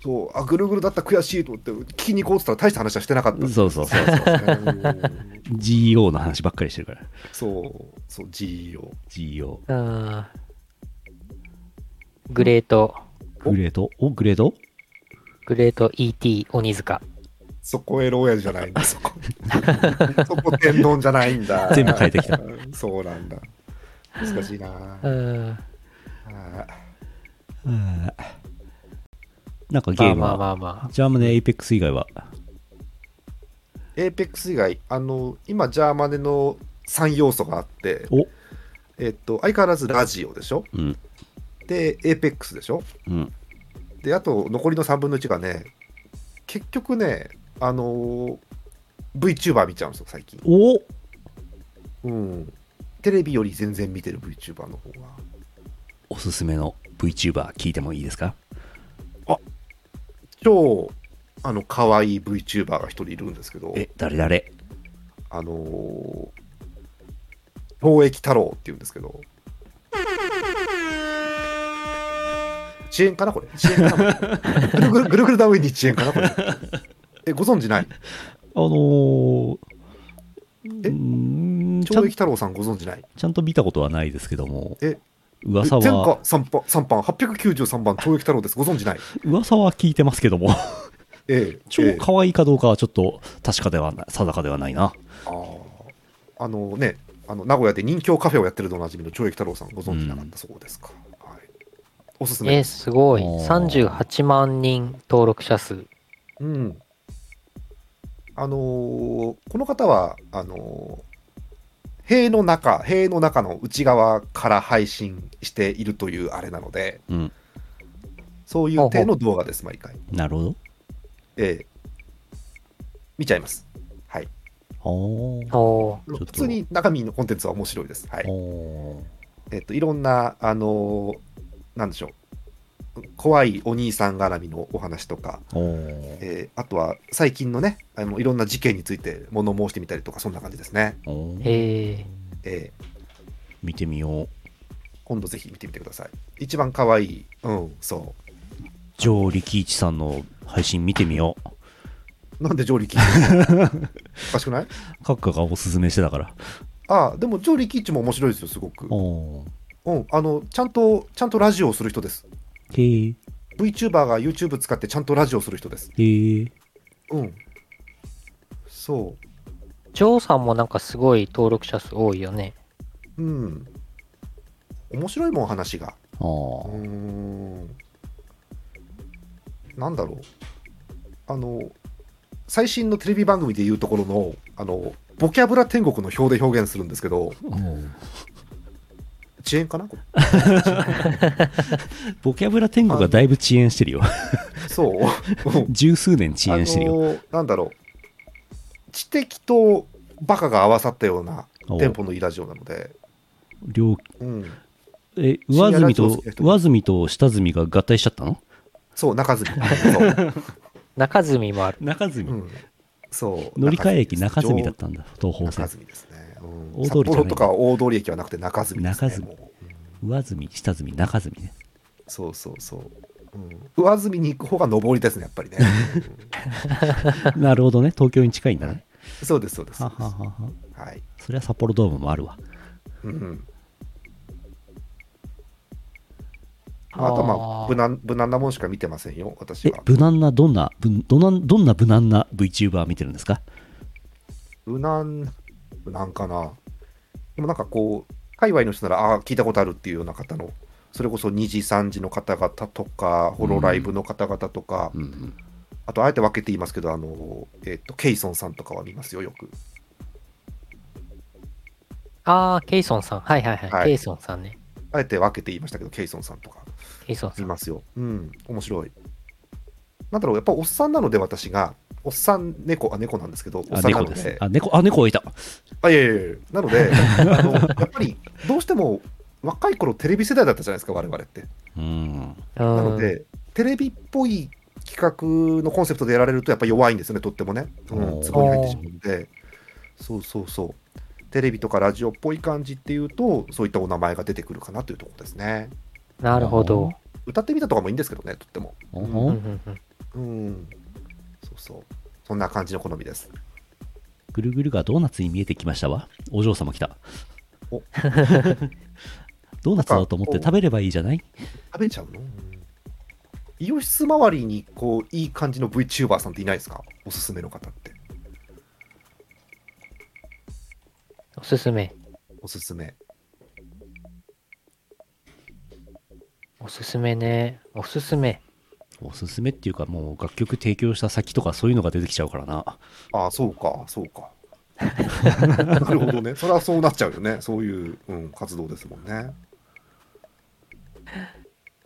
そう、あ、ぐるぐるだった悔しいと思って、聞きに行こうって言ったら大した話はしてなかった。そうそうそう。うん GEO の話ばっかりしてるから。 そう、そう、GEO。 GEO。あ。あーグレート、グレードおグレードグレート ET 鬼塚。そこエロ親父じゃないんだ、そこ。そこ天丼じゃないんだ。全部変えてきた。 そうなんだ。難しいなう。ん。あーうんなんかゲまーあムまあは。まあまジャームネ、エイペックス以外は。エーペックス以外、あの、今、ジャーマネの3要素があって、おえっと、相変わらずラジオでしょうん。で、エーペックスでしょうん。で、あと、残りの3分の1がね、結局ね、あのー、VTuber 見ちゃうんですよ、最近。おうん。テレビより全然見てる VTuber の方が。おすすめの VTuber 聞いてもいいですか超、あの、可愛い VTuber が一人いるんですけど、え、誰誰あのー、貿易太郎っていうんですけど、遅延かなこれ。遅延かなこれ。ぐるぐるぐるぐるダウンに遅延かなこれ。え、ご存知ないあのー、えうーんちゃ懲ん役太郎さんご存知ないちゃんと見たことはないですけども、え噂前は、科三番、三番、893番、懲役太郎です。ご存知ない噂は聞いてますけども、ええ。超ええ可愛いかどうかはちょっと確かではな、定かではないな。あーあのね、あの名古屋で人形カフェをやってるのおなじみの懲役太郎さん、ご存知なかったそうですか。はい、おすすあ。めえー、です。すごい。おー38万人登録者数。うん。あのーこの方は、あのー塀の中、塀の中の内側から配信しているというあれなので、うん。そういう体の動画です、毎回。なるほど。ええ見ちゃいます。はい。おーおー。ょっと普通に中身のコンテンツは面白いです。はい。おーえっと、いろんな、あのーなんでしょう、怖いお兄さん絡みのお話とか、おーえーあとは最近のねあの、いろんな事件について物申してみたりとか、そんな感じですね。おーええー見てみよう。今度ぜひ見てみてください。一番可愛い、うん、そ上力一さんの配信見てみよう。う。なんで上力 おかしくない閣下がおすすめしてたから。ああ、でも上力一も面白いですよ、すごく。おーうん、あの、ちゃんと、ちゃんとラジオをする人です。へえ、 VTuber が YouTube 使ってちゃんとラジオをする人です。へえ。うん。そう。ー、ジョーさんもなんかすごい登録者数多いよね。うん。面白いもん、話が。あうーーん。なんだろう。あの、最新のテレビ番組でいうところの、あの、ボキャブラ天国の表で表現するんですけど、おー遅延かなこれボキャブラ天国がだいぶ遅延してるよ。そう。 うん十数年遅延してるよ。あのなんだろう。知的とバカが合わさったようなおテンポのいいラジオなので、両うん。え、深夜上ラ積ジオ好ときな、人上積と下積が合体しちゃったの そう、中積み。そう。中積みもある。中積うんそう乗り換え駅中です積だったんだ、東方中線。積ですね、うん、大札通りじゃない幌とかは大通り駅はなくて中積です、中ね、積もう上積、下積、中積ね。 そうそうそう、うん、上積に行く方が上りですねやっぱりね、 なるほどね、東京に近いんだね。うんそうですそうですはははは。はい、そりゃ札幌ドームもあるわ。うんまあ、あとはまあ無難無難なもんしか見てませんよ私えは、無難な、どんな、ぶんどんな、どんな無難な VTuber 見てるんですか無難無難かなでもなんかこう界隈の人ならああー聞いたことあるっていうような方のそれこそ2時3時の方々とかホロライブの方々とか、うんうん。あとあえて分けて言いますけどあの、えっとケイソンさんとかは見ますよよくああ、ケイソンさん。はいはいはい。はいケイソンさんね。あえて分けて言いましたけどケイソンさんとかケイソンさ見ん。ますようん面白いなんだろうやっぱおっさんなので私がおっさん猫あ猫なんですけどおっあ、さんな猫のですで。あ、猫、あ、猫がいた。あいやいやいやなのであのやっぱりどうしても若い頃テレビ世代だったじゃないですか我々ってうん。ななので、テレビっぽい企画のコンセプトでやられるとやっぱ弱いんですよねとってもねおーうんツボ、に入ってしまうんでそうそうそうテレビとかラジオっぽい感じっていうとそういったお名前が出てくるかなというところですねなるほど。歌ってみたとかもいいんですけどねとってもおうんほうんんうんうんそうそうそんな感じの好みですぐるぐるがドーナツに見えてきましたわ。お嬢様来たお。 ドーナツだと思ってなんかこう食べればいいじゃない食べちゃうの、イオシス周りにこういい感じの VTuber さんっていないですかおすすめの方っておすすめ。おすすめおすすめね。おすすめ。おすすめっていうかもう楽曲提供した先とかそういうのが出てきちゃうからな。ああそうかそうか なるほどねそれはそうなっちゃうよねそういう、うん、活動ですもんね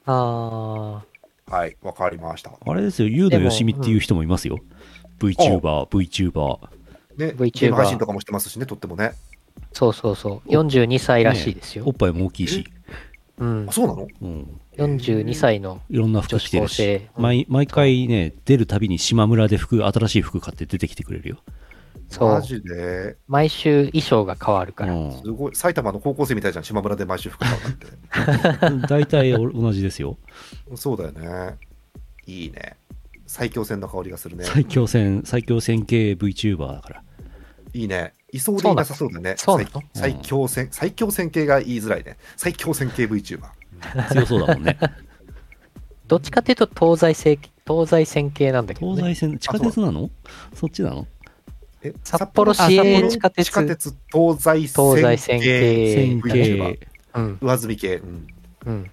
あはいわかりましたあれですよ、ゆうのよしみっていう人もいますよ。VTuber、VTuber。ね VTuber ゲーム配信とかもしてますしねとってもねあ、そうそうそう。42歳らしいですよ。おっぱいも大きいし、うんあ。そうなのうん、 42歳のいろんな服女着子てる高し、生。毎毎回ね、出るたびに島村で服、新しい服買って出てきてくれるよ。そマう。ジで毎週衣装が変わるから。うんすごい埼玉の高校生みたいじゃん島村で毎週服買うなんて 大体お同じですよ。そうだよねいいね最強戦の香りがするね最強戦、最強戦系 VTuber だから。いいね。いそうでいなさそうだね。そうなの最最強戦、最強戦系が言いづらいね。最強戦系 VTuber。強そうだもん ね。どっちかっていうと東西線、東西線系なんだけど東ね。西線、地下鉄なのそっちなのえ札幌あ市営札幌地下鉄地下鉄東西線系。東西線系え線ー系。うん。上積み系。うんうん。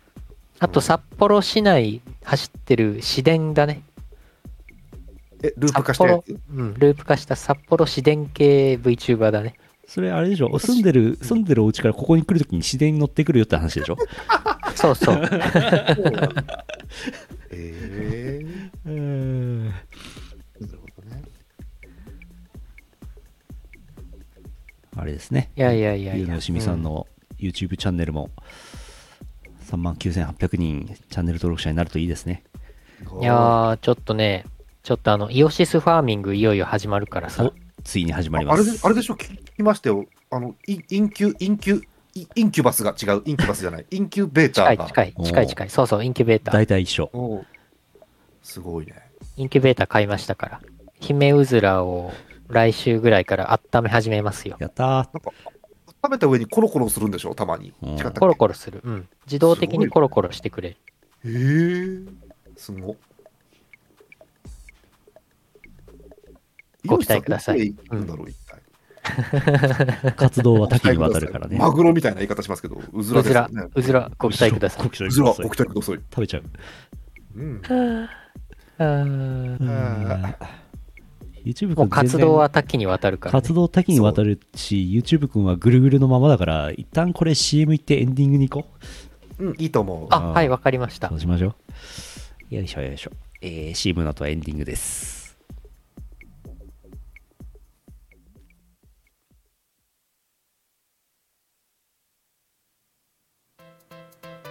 あと札幌市内走ってる市電だね。え、ループ化札したや幌つ、うん、ループ化した札幌市電系 VTuber だね。それあれでしょ住んでる、住んでるお家からここに来るときに自然に乗ってくるよって話でしょそう そう。え うーん。ー、なるほどね。あれですね。いやいやいやいやゆうのよしみさんの YouTube チャンネルも3万9800人チャンネル登録者になるといいですね。いやー、ちょっとね、ちょっとあの、イオシスファーミングいよいよ始まるからさお。ついに始まりああま。れですあれでしょ聞きましたよ。あの、インインキュ、インキュ、イインキュバスが違う。インキュバスじゃない。インキュベータ近ーいが。近い近い近い。そうそう、インキュベーター。大体一緒。おうすごいね。インキュベーター買いましたから。ヒメウズラを来週ぐらいから温め始めますよ。やったー。なんか、温めた上にコロコロするんでしょたまに。うん違ったっけコロコロする。うん。自動的にコロコロしてくれる。へえすごっご期待くださいイノシシさんどこへ行くんだろう、一体。活動は多岐にわたるからね。マグロみたいな言い方しますけど、うずらうでずすよらね。、うずら、ご期待ください。 ご期う待ずくら、だごさ期い待ください。食べちゃう。うん。うんうあん YouTube も君う活動は多岐にわたるから、ね。活動多岐にわたるし、YouTube 君はぐるぐるのままだから、一旦これ CM 行ってエンディングに行こう。うん、いいと思う。あ、あーはい、わかりましたそう。しましょう。よいしょよいしょ。えー、CM の後はエンディングです。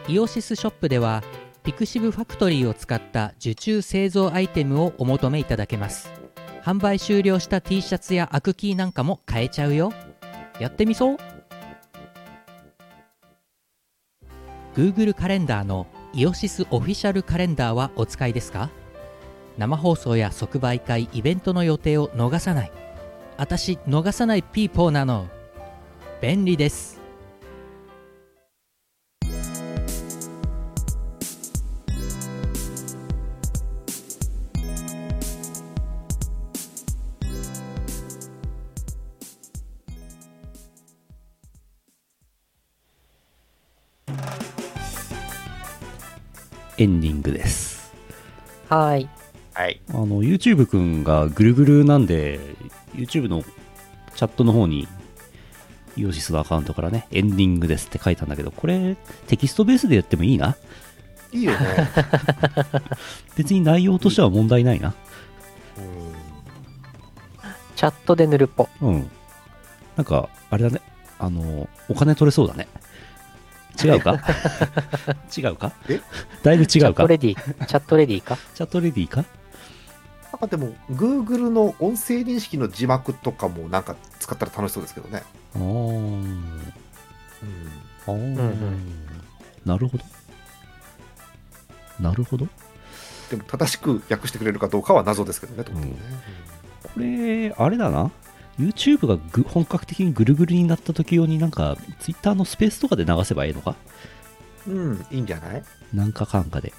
イオシスショップではピクシブファクトリーを使った受注製造アイテムをお求めいただけます販売終了した T シャツやアクキーなんかも買えちゃうよやってみそう Google カレンダーのイオシスオフィシャルカレンダーはお使いですか生放送や即売会イベントの予定を逃さない私逃さないピーポーなの便利ですエンディングです。はーい。はい。あの、YouTube くんがぐるぐるなんで、YouTube のチャットの方に、イオシスのアカウントからね、エンディングですって書いたんだけど、これ、テキストベースでやってもいいな。い いよね。別に内容としては問題ないな。うんチャットでぬるぽ。うん。なんか、あれだね。あの、お金取れそうだね。違 うか違うかえだいぶ違チャうットかレディ、チャットレデ ィか。チャットレディかなんかでも、Google の音声認識の字幕とかもなんか使ったら楽しそうですけどね。あーあー、んなるほど。なるほど。でも、正しく訳してくれるかどうかは謎ですけどね、と思ってねこれ、あれだな。YouTube がぐ本格的にぐるぐるになった時用になんか、Twitter のスペースとかで流せばいいのかうん、いいんじゃないなんかかんかで。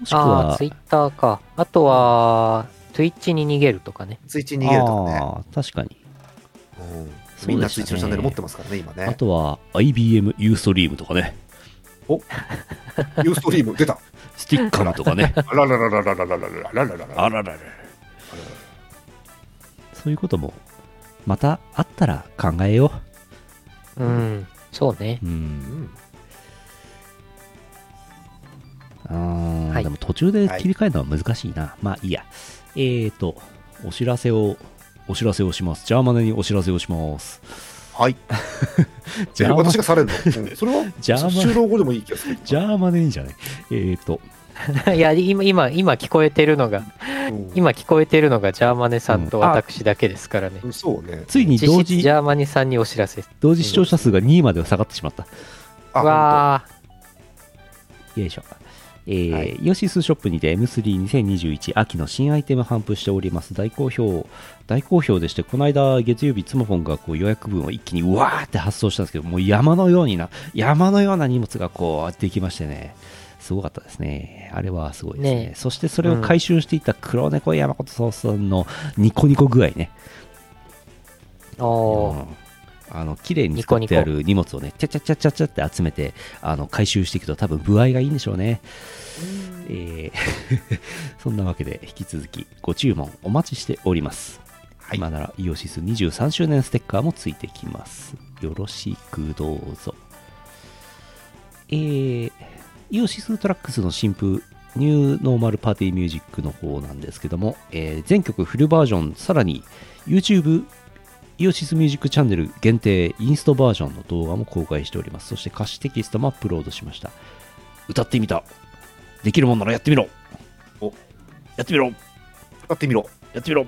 もしくああ、はツイ、ッターか。あとは、Twitch に逃げるとかね。ツイッチに逃げるとかね。あー確かに。うんそうでしたねみんなツイッチのチャンネル持ってますからね、今あね。とは IBM ユーストリームとかね、ユーストリーム出た。スティッカムとかね、あらららららららららららららあららら。そういうことも、またあったら考えようん、そうね。 う。う。うんんあーはいでも途中で切り替えるのは難しいな。まあいいや。えーと、お知らせを、お知らせをします。ジャーマネにお知らせをします。はい。ジえャーマ私がされるのうんそれはジャーマ就労後でもいい気がする。ジャーマネじゃない。えーと、いや、今、今、今聞こえてるのが、うん今聞こえてるのがジャーマネさんとうんあ私だけですからね。うんそうね。ついに実同質ジ時、ャーマネさんにお知らせ。同時視聴者数が2位までは下がってしまった。あ、本わあ、よいしょ。えーはいイオシスショップにて M32021 秋の新アイテム販布しております大好評大好評でしてこの間月曜日ツモフォンがこう予約分を一気にうわーって発送したんですけどもう山のようにな山のような荷物がこうできましてねすごかったですねあれはすごいですねねえそしてそれを回収していた黒猫山本壮さんのニコニコ具合ね、おうーんあの綺麗に使ってある荷物をねちゃちゃちゃちゃちゃって集めてあの回収していくと多分具合がいいんでしょうねえー そんなわけで引き続きご注文お待ちしております、はい今ならイオシス23周年ステッカーもついてきますよろしくどうぞえーイオシストラックスの新風ニューノーマルパーティーミュージックの方なんですけども、えー全曲フルバージョンさらに YouTube イオシスミュージックチャンネル限定インストバージョンの動画も公開しておりますそして歌詞テキストもアップロードしました歌ってみたできるもんならやってみろおやってみろ当やってみろ。やってみろ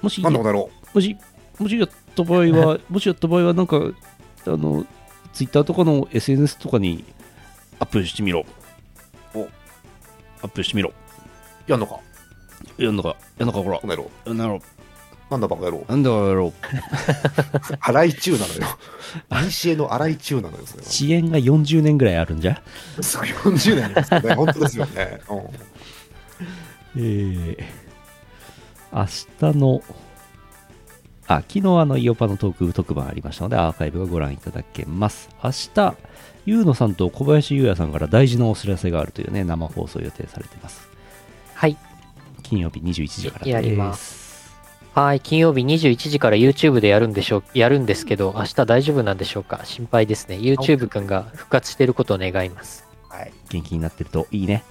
もしなんだこの野郎。もしもしやった場合はもしやった場合はなんかあのツイッターとかの SNS とかにアップしてみろおアップしてみろやんのか、やんのかやんのかほらこの野郎。やんなろなんだバカ野郎。なんだやろう洗い中なのよ。いにしえの洗い中なのよ、それは。遅延が40年ぐらいあるんじゃすごい40年ありますよね。本当ですよね。うえー、明日の、あ、昨日あの、イオパのトーク特番ありましたので、アーカイブがご覧いただけます。明日、ゆうのさんと小林ゆうやさんから大事なお知らせがあるというね、生放送予定されてます。はい。金曜日21時からです。やりまはい。金曜日21時から YouTube でやるんでしょう、やるんですけど、明日大丈夫なんでしょうか心配ですね。YouTube くんが復活してることを願います。んはい。元気になってるといいね。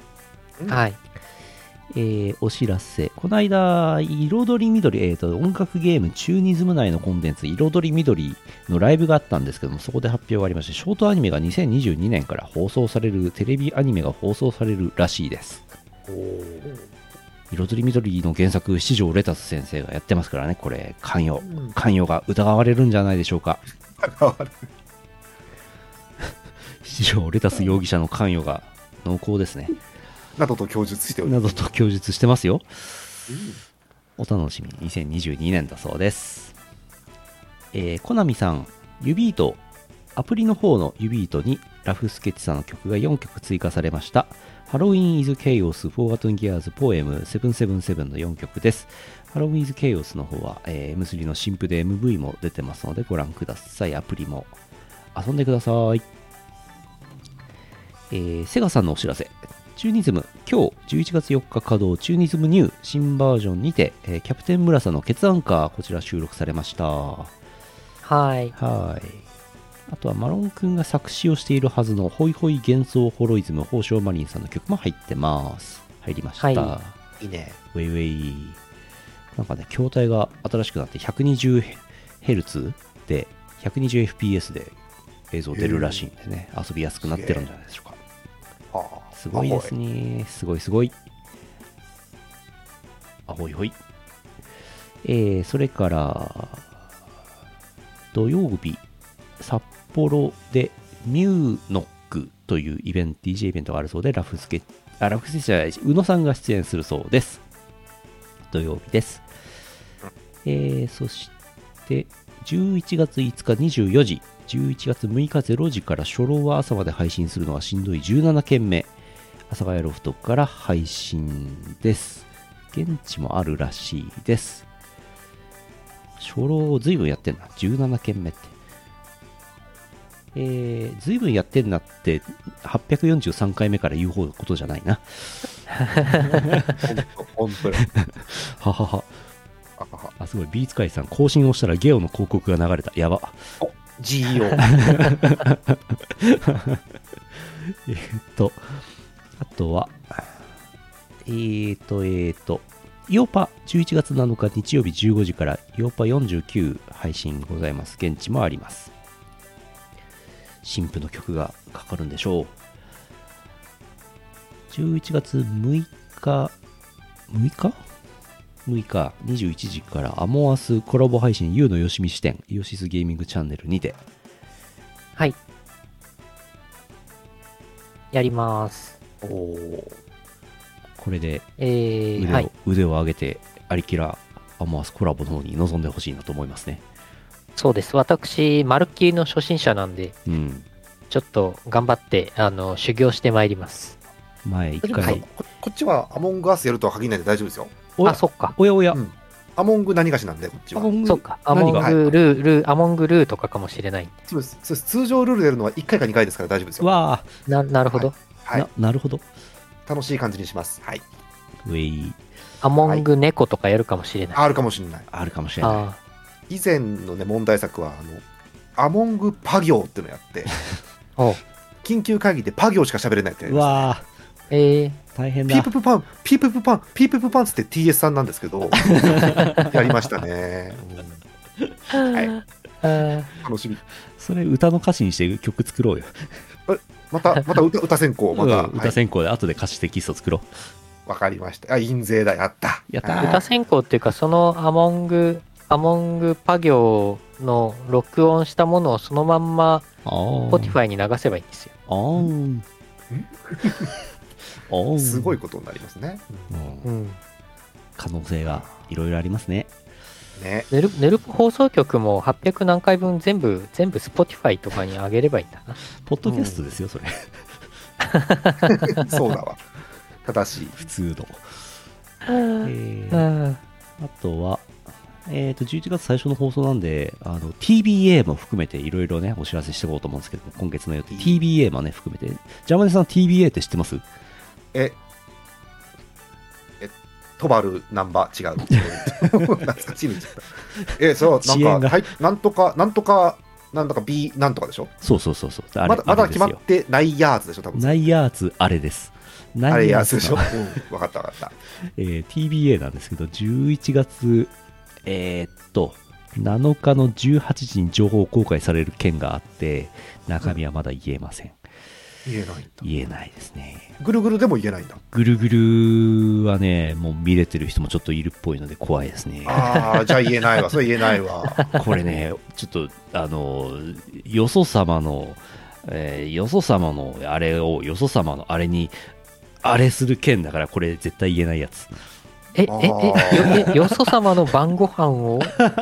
うんはい。えーお知らせ。この間、彩り緑、えーと、音楽ゲームチューニズム内のコンテンツ、彩り緑のライブがあったんですけども、そこで発表がありまして、ショートアニメが2022年から放送される、テレビアニメが放送されるらしいです。おー彩り緑の原作、四条レタス先生がやってますからね、これ、関与う。ん関与が疑われるんじゃないでしょうか。 四条レタス容疑者の関与が濃厚ですね。などと供述しておりなまどと供述してますよ。す。うんお楽しみに2022年だそうです。えー、コナミさん、ユビート、アプリの方のユビートにラフスケッチさんの曲が4曲追加されました。ハロウィン・イズ・ケイオス、フォーガトン・ギアーズ、ポエム、777の4曲です。ハロウィン・イズ・ケイオスの方は、えー、M3 の新譜で MV も出てますのでご覧ください。アプリも遊んでください。えー、セガさんのお知らせ。チューニズム、今日11月4日稼働、チューニズムニュー新バージョンにて、えーキャプテン・ムラサのケツアンカー、こちら収録されました。ははい。い。あとは、マロンくんが作詞をしているはずの、ホイホイ幻想ホロイズム、宝生マリンさんの曲も入ってます。入りました。はいいいね。ウェイウェイ。なんかね、筐体が新しくなって 120Hz で、120fps で映像出るらしいんでね、遊びやすくなってるんじゃないでしょうか。はあすごいですね。すごいすごい。あほいほい。えー、それから、土曜日、札幌でミューノックというイベント、DJ イベントがあるそうで、ラフスケ、あ、ラフスケじゃない、宇野さんが出演するそうです。土曜日です。えー、そして、11月5日24時、11月6日0時から初老は朝まで配信するのはしんどい17件目、阿佐ヶ谷ロフトから配信です。現地もあるらしいです。初老を随分やってんな、17件目って。えー、随分やってんなって、843回目から言うほどのことじゃないな。ほんとほんとははは。あははあ、すごい。ビーツカイさん、更新をしたらゲオの広告が流れた。やば。 GEO。えーっと、あとは、えーっと、えーっと、イオパ11月7日日曜日15時からイオパ49配信ございます。現地もあります。新婦の曲がかかるんでしょう。11月6日、6日 ?6 日21時からアモアスコラボ配信 U のよしみ視点、イオシスゲーミングチャンネルにてはい。やります。おーこれでえ腕ー、を,、はい。腕を上げてアリキラアモアスコラボの方に臨んでほしいなと思いますねそうです。私、まるっきりの初心者なんで、うんちょっと頑張って、あの、修行してまいります。前一大丈夫です回、かここっちはアモングアースやるとは限らないんで大丈夫ですよ。おやあ、そっか。おやおや、うんアモング何がしなんで、こっちは。ンそっか。アモ何ンがグルー、ルー、アモングルーとかかもしれない。そうですそうです通常ルールでやるのは1回か2回ですから大丈夫ですよ。わあ、な、なるほど。はいな、なるほど楽しい感じにします。はい。ウェイアモング猫とかやるかもしれない。あるかもしれない。あるかもしれないあ以前のね、問題作は、あの、アモングパ行っていうのや って、あ。おう緊急会議でパ行しか喋れないってやりうましたわあえー、大変ピーだププパン、ピーププパン、ピーププパンっつって TS さんなんです けど、やりましたね。うんはい、あ楽しみ。それ歌の歌詞にして曲作ろうよ、また、また歌歌選考、また、うんは歌い選考で後で歌詞テキスト作ろうわかりました。あ、印税だ、やった。やったー歌選考っていうか、そのアモング、アモングパ行の録音したものをそのまんまあー Spotify に流せばいいんですよ。あーんあーん すごいことになりますね。うんうん。可能性がいろいろありますねね。 ヌルヌルポ放送局も800何回分全部、全部 Spotify とかに上げればいいんだな。ポッドキャストですよそれそうだわ。正しい。普通の、えーうんあとは、えっ、と、11月最初の放送なんで、あの、TBA も含めていろいろね、お知らせしていこうと思うんですけど、今月の予定、TBA もね、含めて、ジャマネさん TBA って知ってますえ、え、トバルナンバー違う。懐かしいの 言っちゃったえ、そう、遅な延んか、がはい、なんとか、なんとか、なんだか B なんとかでしょそうそうそうそう。あれ、まだまあだれです決まよっ。てないやーつでしょ、多分。ナイアーツあれです。あナれやーつでしょ。のうん、わかったわかった。えー TBA なんですけど、11月、えーっと、7日の18時に情報公開される件があって、中身はまだ言えません。言えないんだ言えないですね。ぐるぐるでも言えないんだぐるぐるはね、もう見れてる人もちょっといるっぽいので怖いですね。ああじゃあ言えないわそれ言えな いわこれね、ちょっと、あの、よそ様の、えーよそ様のあれを、よそ様のあれに、あれする件だから、これ絶対言えないやつ。え、え、あえ、よえよそ様の晩ご飯を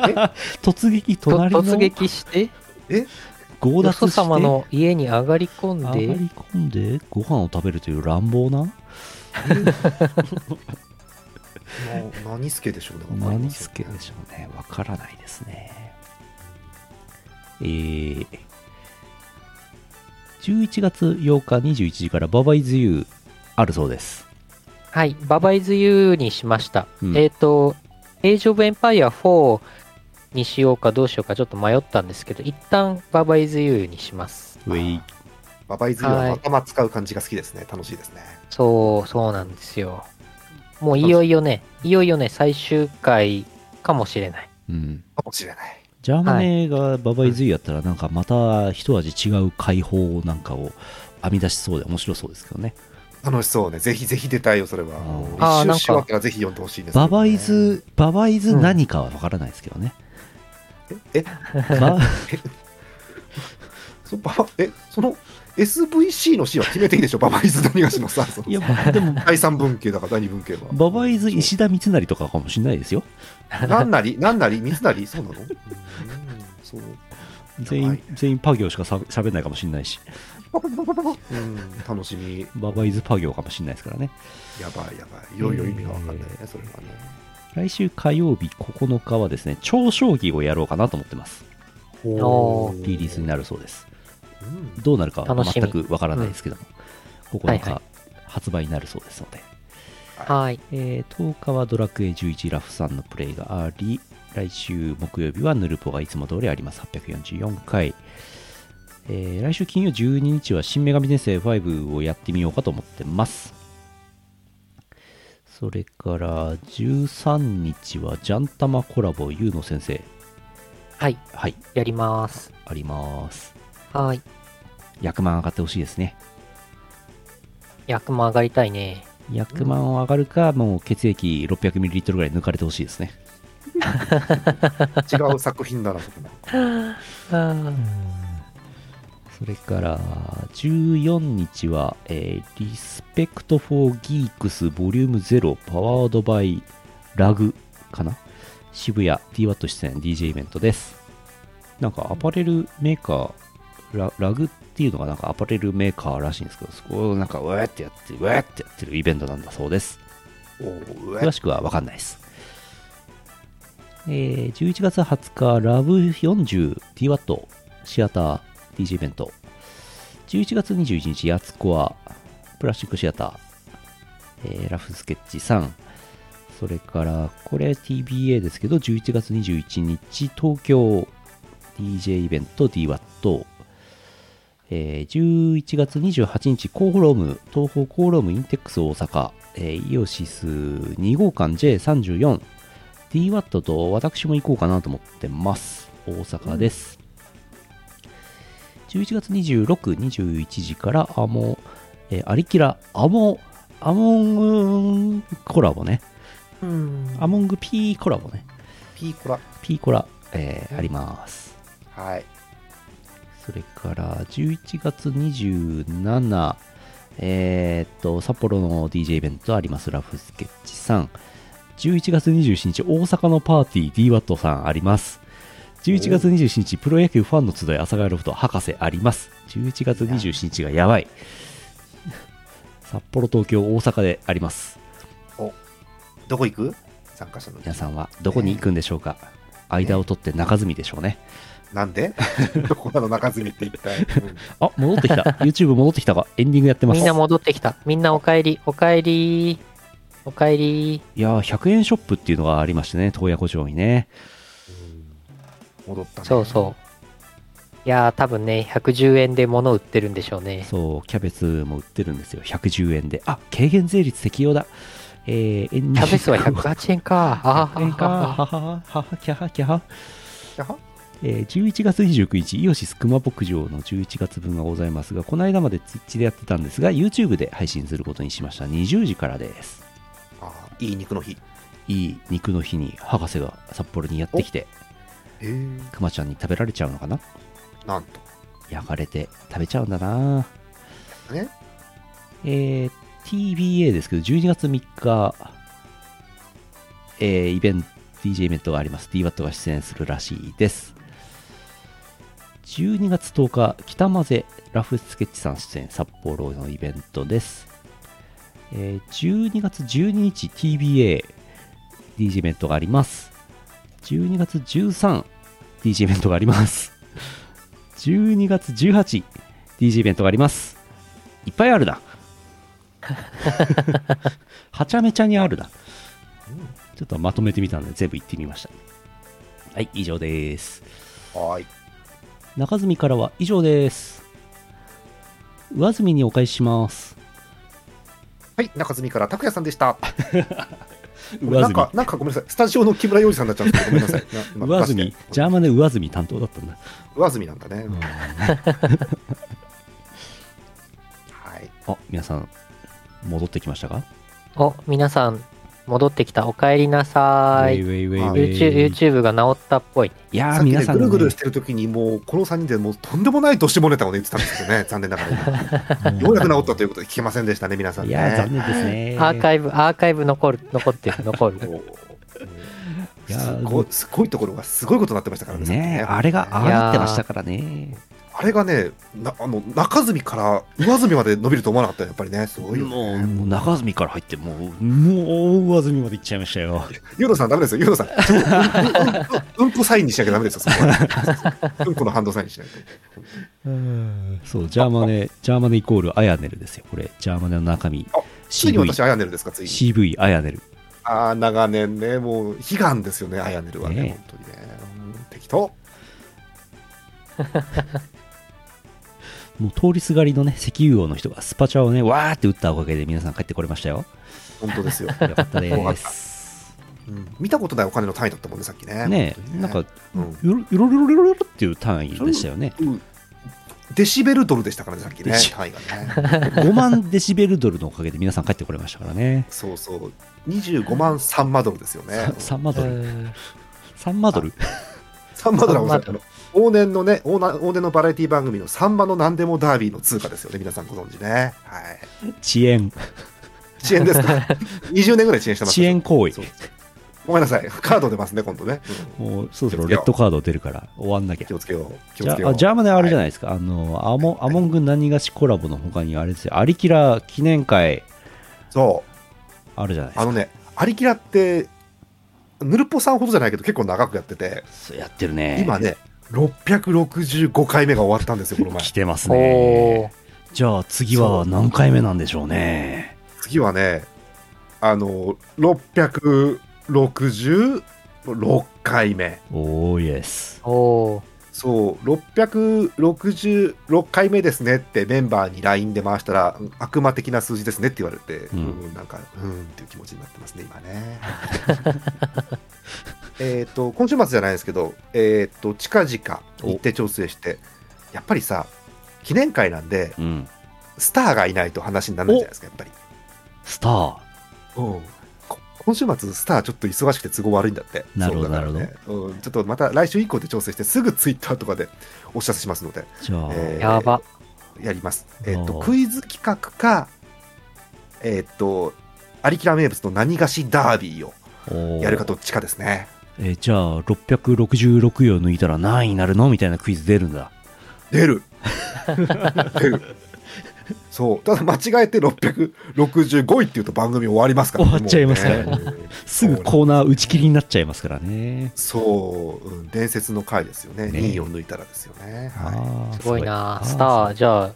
突撃、と隣の突撃して、強よ奪してそ様の家に上がり込上がんで、り込んでご飯を食べるという乱暴 なな何助でしょうねわか何りませんすけでしょうねわからないですねえー、11月8日21時からババイズユーあるそうですはい、ババイズユーにしました。うんえっ、と、エイジ・オブ・エンパイア4にしようかどうしようかちょっと迷ったんですけど、一旦ババイズユーにします。ウェイババイズは頭使う感じが好きですね楽しいですねそう、そうなんですよ。もういよいよね、いよいよね、最終回かもしれない。うんかもしれないジャーマネがババイズユーやったらなんかまた一味違う解放なんかを編み出しそうで面白そうですけどね楽しそうねぜひぜひ出たいよそれはあーもうあー一なんか周しわけはぜひ読んでほしいんですけどバねバイズババイズ何かはわからないですけどね、え バそばえその SVC の C は決めていいでしょババイズ何がしのさそのいや、でも、第三文系だから第二文系はババイズ石田三成とかかもしれないですよ。何なり何なり三成 そうなのうんそう全は員い、全員パ行しかさ喋んないかもしれないし、うん楽しみババイズパ行かもしれないですからね。やばいやばいいろいろ意味が分かんないねそれはね来週火曜日9日はですね、超将棋をやろうかなと思ってます。おリリースになるそうです。うんどうなるかは楽しみ全くわからないですけども、は9いは日発売になるそうですので、はい。えー10日はドラクエ11ラフさんのプレイがあり、来週木曜日はヌルポがいつも通りあります。844回。えー来週金曜12日は新女神転生5をやってみようかと思ってます。それから13日はジャンタマコラボゆうの先生。はい、はい、やります。あります。はい。 100万上がってほしいですね。役も上がりたいね。 100万上がるか、もう血液 600ml ぐらい抜かれてほしいですね。違う作品だなそこもそれから14日は、えー、リスペクトフォーギークスボリューム0パワードバイラグかな渋谷 DWAT 出演 DJ イベントです。なんかアパレルメーカーラ、ラグっていうのがなんかアパレルメーカーらしいんですけど、そこをなんかうえってやって、うえってやってるイベントなんだそうです。おうえ詳しくは分かんないです。えー11月20日、ラブ 40DW シアター DJ イベント。11月21日、ヤツコア、プラスチックシアター、えーラフスケッチ3。それから、これ TBA ですけど、11月21日、東京 DJ イベント DWAT。えー11月28日、コーホローム、東方コーロームインテックス大阪、えーイオシス2号館 J34、DWAT と私も行こうかなと思ってます。大阪です。11月26、21時から、アモ、えーアリキラ、アモ、アモングコラボね。アモング P コラボね。ピーコラ P コラ、えーあります。はいそれから11月27、えーっと、札幌の DJ イベントあります、ラフスケッチさん。11月27日、大阪のパーティー DWAT さんあります。11月27日、プロ野球ファンの集い、阿佐ヶ谷ロフト博士あります。11月27日がやばい。札幌、東京、大阪であります。どこ行く参加者の皆さんはどこに行くんでしょうか間を取って中積みでしょうね。なん でどこなの中積みって一体、うんあ、戻ってきた。YouTube 戻ってきたか。エンディングやってます。みんな戻ってきた。みんなお帰り、お帰り、お帰り。いやー、100円ショップっていうのがありましてね、洞爺湖町にね。戻ったねそうそう。いやー、多分ね、110円で物売ってるんでしょうね。そう、キャベツも売ってるんですよ。110円で。あ、軽減税率適用だ。えー、エンキャベツは 100 108円か。あ円か。はあ、はははは、キャハキャハ。やはえー11月29日、イオシス熊牧場の11月分がございますが、この間まで Twitch でやってたんですが、YouTube で配信することにしました。20時からです。あーいい肉の日。いい肉の日に博士が札幌にやってきて、へえ。熊ちゃんに食べられちゃうのかななんと。焼かれて食べちゃうんだなね。えー TBA ですけど、12月3日、えーイベント、DJ イベントがあります。DWAT が出演するらしいです。12月10日、北混ぜラフスケッチさん出演、札幌のイベントです。えー12月12日、TBA、DJ イベントがあります。12月13、DJ イベントがあります。12月18、DJ イベントがあります。いっぱいある な。はちゃめちゃにあるな。ちょっとまとめてみたので全部言ってみました。はい、以上です。はーい。中積からは以上です。上積にお返しします。はい、中積から拓也さんでした。 上なん積か、なんかごめんなさい。スタジオの木村洋二さんになっちゃうんですけど、ごめんなさい。 な上積ジャーマネ上積担当だったんだ。上積なんだね。はい。 あ、皆さん、戻ってきましたか お、皆さん、戻ってきた。お帰りなさウェい。イウェイウェイウェイ YouTube, YouTube が治ったっぽいね。いやさー、っき皆ね、さぐんのるね、ぐるしてる時に、もう、この3人でもう、とんでもない年もネタをね言ってたんです よね。残念ながら。ようやく治ったということで聞けませんでしたね、皆さんいね。やー、残念ですね。アーカイブ、アーカイブ残る、残ってる、残 る。こういやーすごいすごいところがすごいことになってましたからね。さっきねあれがああいやーなってましたからね。あれがね、なあの中積から上積まで伸びると思わなかったよやっぱりね、すごいよ、もう、ね。もう中積から入って、もう、もう上積まで行っちゃいましたよ。ユーロさん、ダメですよ、ユーロさん。ちょうんうんうんこサインにしなきゃダメですよ、そこはうんこのハンドサインにしないそう、ジャーマネ、ジャーマネイコールアヤネルですよ。これ、ジャーマネの中身。あついに CV 私、、アヤネルですか、ついに。 CV アヤネル。ああ、長年ね、もう悲願ですよね、アヤネルはね、ね本当にね。うん適当。もう通りすがりのね、石油王の人がスパチャをね、わーって打ったおかげで皆さん帰ってこれましたよ。本当ですよ、よかったです。うん見たことないお金の単位だったもんね、さっきね。ね本当になんか、うよんろよろよろよろっていう単位でしたよね。うんデシベルドルでしたからね、さっきねデシ、単位がね。 5万デシベルドルのおかげで皆さん帰ってこれましたからね。そうそう、25万3マドルですよね。 3マドル。うん3マドルサンバドラゴンさんサンバあの往年のね往年、往年のバラエティ番組のサンバの何でもダービーの通貨ですよね、皆さんご存知ね。はい。遅延。遅延ですか ?20 年ぐらい遅延してます。遅延行為そう。ごめんなさい、カード出ますね、今度ね。うんもうそろそろレッドカード出るから終わんなきゃ気。をつけよう、気じをゃつけよあ、う。ジャーマネあれじゃないですか。あの、アモアモング何がしコラボの他に、あれですよ、アリキラ記念会そう、あるじゃないであのね、アリキラって、ヌルポさんほどじゃないけど、結構長くやってて、すか。やってるね。今ね、665回目が終わったんですよ、この前。 来てますおね。じゃあ、次は何回目なんでしょうね。次はね、あの、666回目。おー、イエス。ー、おー、そう、666回目ですねってメンバーに LINE で回したら、うん悪魔的な数字ですねって言われて、ううんん、なんか、うんっていう気持ちになってますね、今ね。 えっと、今週末じゃないですけど、えっと、近々日程調整して、やっぱりさ、記念会なんで、うん。スターがいないと話にならないじゃないですか、やっぱり。スター。うんこ今週末、スターちょっと忙しくて都合悪いんだって。なるほどそうだからなねうん。ちょっとまた来週以降で調整して、すぐツイッターとかでお知らせしますので。じゃあ、えーやば。やります。えっ、と、おークイズ企画か、えっ、と、アリキラ名物の何菓子ダービーをおーやるかどっちかですね。えーじゃあ、666を抜いたら何位になるのみたいなクイズ出るんだ。出る出るそう。ただ間違えて665位っていうと番組終わりますから、終わっちゃいますからもうねすぐコーナー打ち切りになっちゃいますからね。そう、うん伝説の回ですよね。ね2位を抜いたらですよね。はいあーすごいなースター、じゃあ、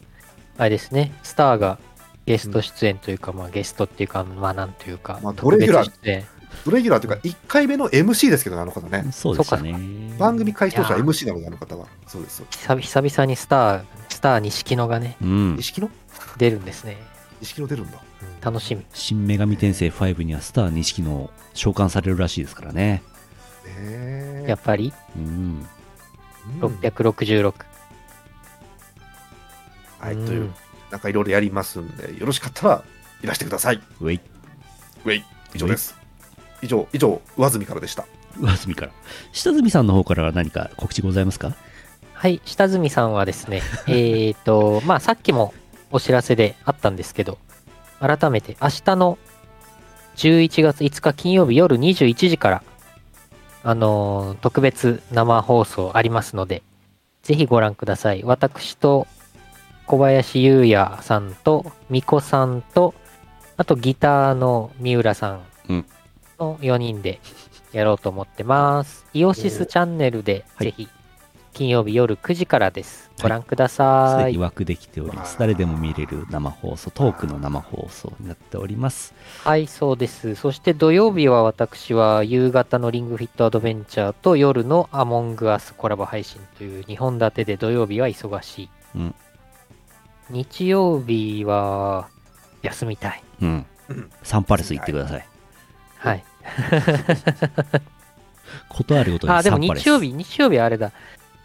あれですね、スターがゲスト出演というか、まあゲストっていうか、まあなんというか、まあ特別ドレギュラー出演。ドレギュラーというか、1回目の MC ですけどね、あの方ね。そうですね。番組開始当初はいや MC なので、あの方は。そうです。そうです久々久々にスター、スター錦野がね、うん。錦野出るんですね。錦野出るんだ。楽しみ。新女神転生5にはスター錦の召喚されるらしいですからね。ねえやっぱり、うん。 666。はい、うんという、なんかいろいろやりますんで、よろしかったらいらしてください。ウェイ。ウェイ、以上です。以上、以上、上積みからでした。上積から。下積さんの方からは何か告知ございますかはい、下積さんはです ね、えっと、まあ、さっきもお知らせであったんですけど、改めて明日の11月5日金曜日夜21時から、あのー特別生放送ありますので、ぜひご覧ください。私と小林優也さんと、巫女さんと、あとギターの三浦さうんんの4人でやろうと思ってます。イオシスチャンネルではいぜひ金曜日夜9時からです。はいご覧くだすさでい。に枠できておりまわす。ー誰でも見れる生放送、トークの生放送になっております。はい、そうです。そして土曜日は私は夕方のリングフィットアドベンチャーと夜のアモングアスコラボ配信という2本立てで土曜日は忙しい。うん日曜日は休みたい。うんうん。サンパレス行ってください。はい。断るごとにあ、でサもンパレス。日曜日、日曜日あれだ。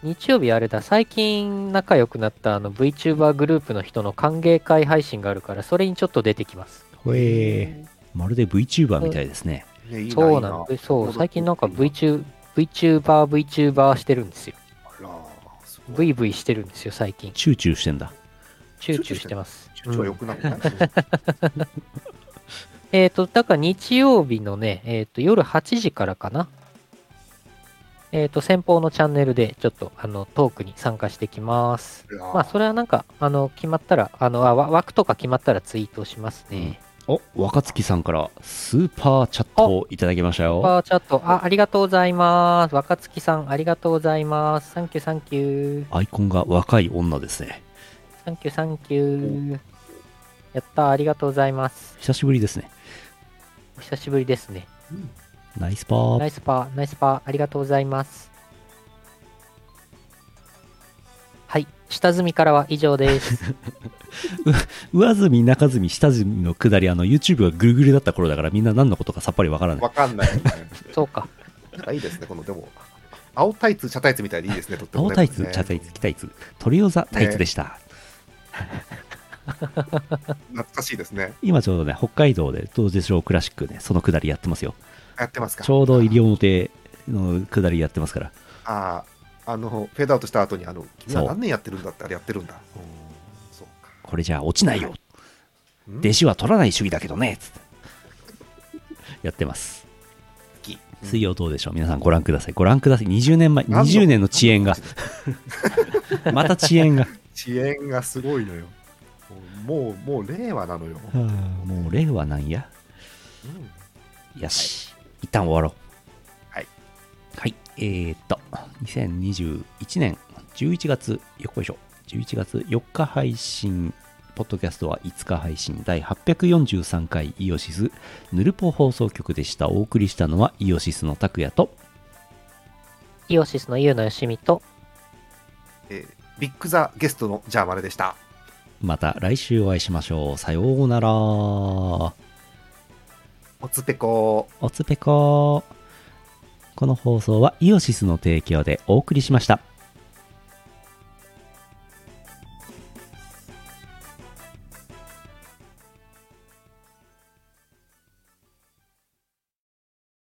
日曜日あれだ。最近仲良くなったあの VTuber グループの人の歓迎会配信があるから、それにちょっと出てきます。ほえーまるで VTuber みたいですね。ねいいそうなんいいで、そう、最近なんか V VTuber、VTuber、VTuber してるんですよ。すごい VV してるんですよ、最近。チューチューしてんだ。チューチューしてます。ちょっと良くなった、えっ、と、だから日曜日のね、えっ、と、夜8時からかな。えっ、と、先方のチャンネルで、ちょっと、あの、トークに参加してきます。 まあ、それはなんか、あの、決まったら、あの、あわ枠とか決まったらツイートしますね。お、若月さんからスーパーチャットをいただきましたスーよ。パーチャット、あ、ありがとうございます。若月さん、ありがとうございます。サンキュー、サンキュー。アイコンが若い女ですね。サンキュー、サンキュー。やったー、ありがとうございます。久しぶりですね。お久しぶりですね。ナイスパーナ。イスパー、ナイスパー、ありがとうございます。はい、下積みからは以上です。上積み、中積み、下積みの下り、あの、YouTube がぐるぐるだった頃だから、みんな何のことかさっぱりわからない。わかんない、そうか。あいいですね、このでも、青タイツ、茶タイツみたいでいいですね、とっても青ねタイツこ、れね茶タイツ、キタイツ、トリオザタイツでした。懐かしいですね。今ちょうどね、北海道で、東絶賞クラシックね、その下りやってますよ。やってますか。ちょうど西表の下りやってますから。ああ、あの、フェードアウトした後に、あの、君はそう何年やってるんだって、あれやってるんだ。うんそうか。これじゃ落ちないよ。うん弟子は取らない主義だけどね。つってやってます。き水曜どうでしょう皆さんご覧ください。ご覧ください。20年前、何の20年の遅延が。また遅延が。遅延がすごいのよ。もう、もう令和なのよ。はあもう令和なんや。うんよし、一旦終わろう。はい。はい、えー、っと、2021年11月、よっこいしょ、11月4日配信、ポッドキャストは5日配信、第843回イオシス、ヌルポ放送局でした。お送りしたのはイオシスの拓也と、イオシスのユウのよしみと、えービッグザゲストのジャーマネでした。また来週お会いしましょう。さようなら。おおつぺこつぺこー。この放送はイオシスの提供でお送りしました。